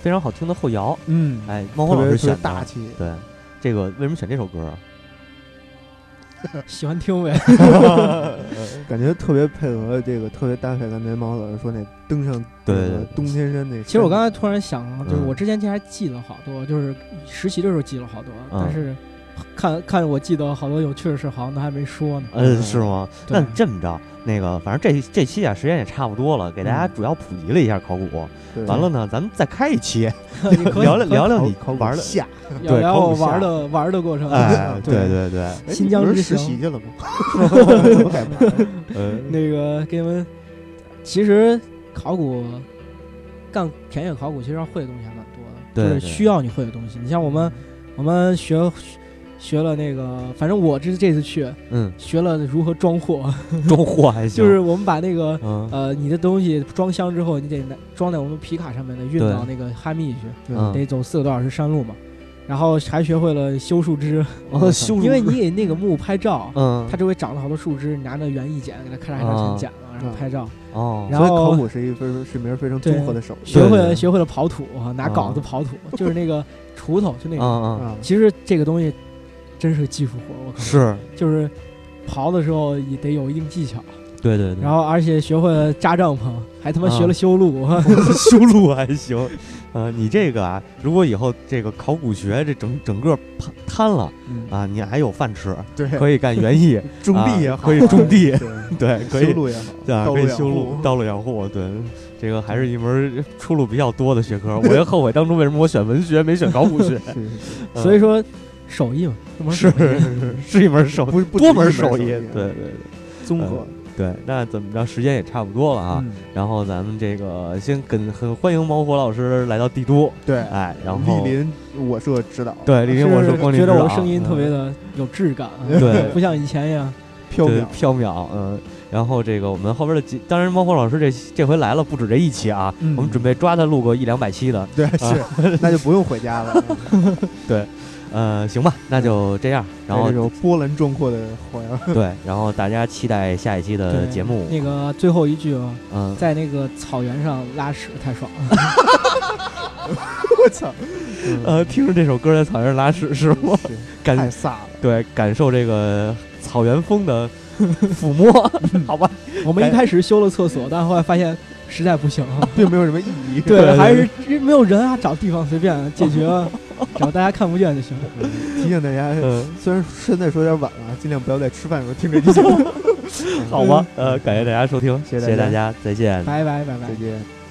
Speaker 2: 非常好听的后摇，
Speaker 1: 嗯，
Speaker 2: 哎，猫
Speaker 1: 特
Speaker 2: 火老
Speaker 1: 别特
Speaker 2: 师选
Speaker 1: 别
Speaker 2: 的
Speaker 1: 大，气。
Speaker 2: 对，这个为什么选这首歌啊？
Speaker 3: 喜欢听呗。
Speaker 1: 感觉特别配合这个，特别搭配刚才毛老师说那登上那
Speaker 2: 对对
Speaker 1: 个
Speaker 3: 嗯
Speaker 2: 对
Speaker 1: 冬天山那。
Speaker 3: 其实我刚才突然想啊，就是
Speaker 2: 嗯
Speaker 3: 我之前其实还记了好多，就是实习的时候记了好多，
Speaker 2: 嗯
Speaker 3: 但是看看我记得好多有趣的事，好像都还没说
Speaker 2: (laughs)
Speaker 3: 呢。
Speaker 2: 嗯，是吗？
Speaker 3: 对
Speaker 2: 那这么着，那个反正这这期啊时间也差不多了，给大家主要普及了一下考古。
Speaker 1: 对
Speaker 2: 完了呢，咱们再开一期
Speaker 3: 你可以
Speaker 2: 聊聊
Speaker 3: 可以
Speaker 2: 聊聊
Speaker 1: 考
Speaker 2: 你
Speaker 1: 考古
Speaker 2: 玩的。
Speaker 1: 下，
Speaker 3: 要
Speaker 2: 对
Speaker 3: 聊
Speaker 2: 考古
Speaker 3: 我玩
Speaker 2: 下
Speaker 3: 的玩的过程。
Speaker 2: 哎，
Speaker 1: 对 (laughs)
Speaker 2: 对对对，
Speaker 1: 哎
Speaker 3: 新疆
Speaker 1: 你不
Speaker 3: 之
Speaker 1: 是实
Speaker 3: 行
Speaker 1: 习去了吗？怎么改盘了？
Speaker 2: 呃，
Speaker 3: (laughs) 那个给你们，其实考古干田野考古，其实要会的东西还蛮多的，
Speaker 2: 对
Speaker 3: 就是
Speaker 2: 对嗯
Speaker 3: 需要你会的东西。你像我们，我们学学了那个，反正我这这次去
Speaker 2: 嗯，
Speaker 3: 学了如何装货， (laughs)
Speaker 2: 中货还行，
Speaker 3: 就是我们把那个。
Speaker 2: 嗯
Speaker 3: 呃，你的东西装箱之后，你得拿装在我们皮卡上面的，运
Speaker 2: 对
Speaker 3: 到那个哈密去，
Speaker 2: 嗯
Speaker 3: 得走四个多小时山路嘛。然后还学会了修树枝，
Speaker 2: 哦 (laughs) 修
Speaker 3: 因为
Speaker 2: 树枝
Speaker 3: 你给那个木拍照，
Speaker 2: 嗯
Speaker 3: 它，周围长了好多树枝，你拿那园艺剪给它咔嚓咔嚓全剪了，然后拍照。
Speaker 2: 哦，
Speaker 3: 然
Speaker 1: 所以考
Speaker 3: 后
Speaker 1: 古是一非常是门非常
Speaker 3: 对
Speaker 1: 综合的手艺。
Speaker 3: 学会
Speaker 2: 对对
Speaker 3: 了学会了刨土，拿镐子
Speaker 2: 啊
Speaker 3: 刨土，就是
Speaker 2: (laughs)
Speaker 3: 那个锄头，就那
Speaker 2: 嗯
Speaker 3: 个。
Speaker 2: 嗯，
Speaker 1: 啊，
Speaker 3: 其实这个东西真是个技术活，我靠，
Speaker 2: 是，
Speaker 3: 就是刨的时候也得有一定技巧，
Speaker 2: 对对对。
Speaker 3: 然后而且学会了扎帐篷，还
Speaker 2: 嗯
Speaker 3: 他妈学了修路，
Speaker 2: (laughs) 修路还行，呃，你这个啊，如果以后这个考古学这整整个 (laughs) 摊摊了
Speaker 1: 嗯
Speaker 2: 啊，你还有饭吃，
Speaker 1: 对，
Speaker 2: 可以干园艺，
Speaker 1: 种地也
Speaker 2: 啊
Speaker 1: 好，
Speaker 2: 可以种地
Speaker 1: 对，
Speaker 2: 对，可
Speaker 1: 修
Speaker 2: 以
Speaker 1: 路也好，道
Speaker 2: 啊，可
Speaker 1: 路
Speaker 2: 以
Speaker 1: 养
Speaker 2: 修
Speaker 1: 护，
Speaker 2: 路、道路养护，对，这个还是一门出路比较多的学科。我也后悔当初为什么我选文学没选考古学
Speaker 1: (laughs) 是
Speaker 2: (laughs)
Speaker 1: 是是
Speaker 3: 所以说手艺嘛，这门
Speaker 2: 是
Speaker 3: 手艺
Speaker 2: 是一门手
Speaker 1: 不是不
Speaker 2: 多
Speaker 1: 止一
Speaker 2: 门
Speaker 1: 手
Speaker 2: 艺，
Speaker 1: 艺啊
Speaker 2: 对对嗯对
Speaker 1: 综合
Speaker 2: 对。那怎么着，时间也差不多了啊。，
Speaker 1: 嗯
Speaker 2: 然后咱们这个先跟很欢迎毛火老师来到帝都，
Speaker 1: 对，
Speaker 2: 哎，然后
Speaker 1: 莅临我社指导，
Speaker 2: 对莅临我社
Speaker 3: 是
Speaker 2: 光临
Speaker 3: 觉得
Speaker 2: 指
Speaker 3: 我的
Speaker 2: 导
Speaker 3: 声音特别
Speaker 2: 嗯
Speaker 3: 的有质感，啊
Speaker 2: 对
Speaker 3: (laughs) 不像以前一样。
Speaker 1: 缥
Speaker 2: 对
Speaker 1: 缈，
Speaker 2: 缥缈，嗯。然后这个我们后边的几，当然猫火老师这这回来了不止这一期啊，
Speaker 1: 嗯
Speaker 2: 我们准备抓他录个一两百期的，
Speaker 1: 对
Speaker 2: 啊
Speaker 1: 是，那就不用回家了。
Speaker 2: 呃，行吧，那就这样。 (laughs) 然后
Speaker 1: 哎这种波澜壮阔的火药，
Speaker 2: (laughs) 对，然后大家期待下一期的
Speaker 3: 对
Speaker 2: 节目，
Speaker 3: 那个最后一句啊，
Speaker 2: 嗯，
Speaker 3: 在那个草原上拉屎太爽了。
Speaker 1: 我操，
Speaker 2: 呃，听着这首歌在草原上拉屎是吗？
Speaker 1: 是太
Speaker 2: (laughs) 感
Speaker 1: 飒了，
Speaker 2: 对感受这个草原风的抚 (laughs) 摸，嗯好吧，
Speaker 3: 我们一开始修了厕所，但后来发现实在不行啊。
Speaker 1: 并没有什么意义。
Speaker 2: (laughs) 对
Speaker 3: 还是没有人啊，找地方随便解决，找大家看不见就行。
Speaker 1: 嗯提醒大家，
Speaker 2: 嗯，
Speaker 1: 虽然现在说有点晚了，尽量不要在吃饭的时候听这期节目。
Speaker 2: (laughs) 好吧，呃，感谢大家收听，呃
Speaker 3: 谢谢大
Speaker 2: 谢大
Speaker 3: 家
Speaker 2: 家，再见。
Speaker 1: 拜拜拜拜
Speaker 3: 再。见。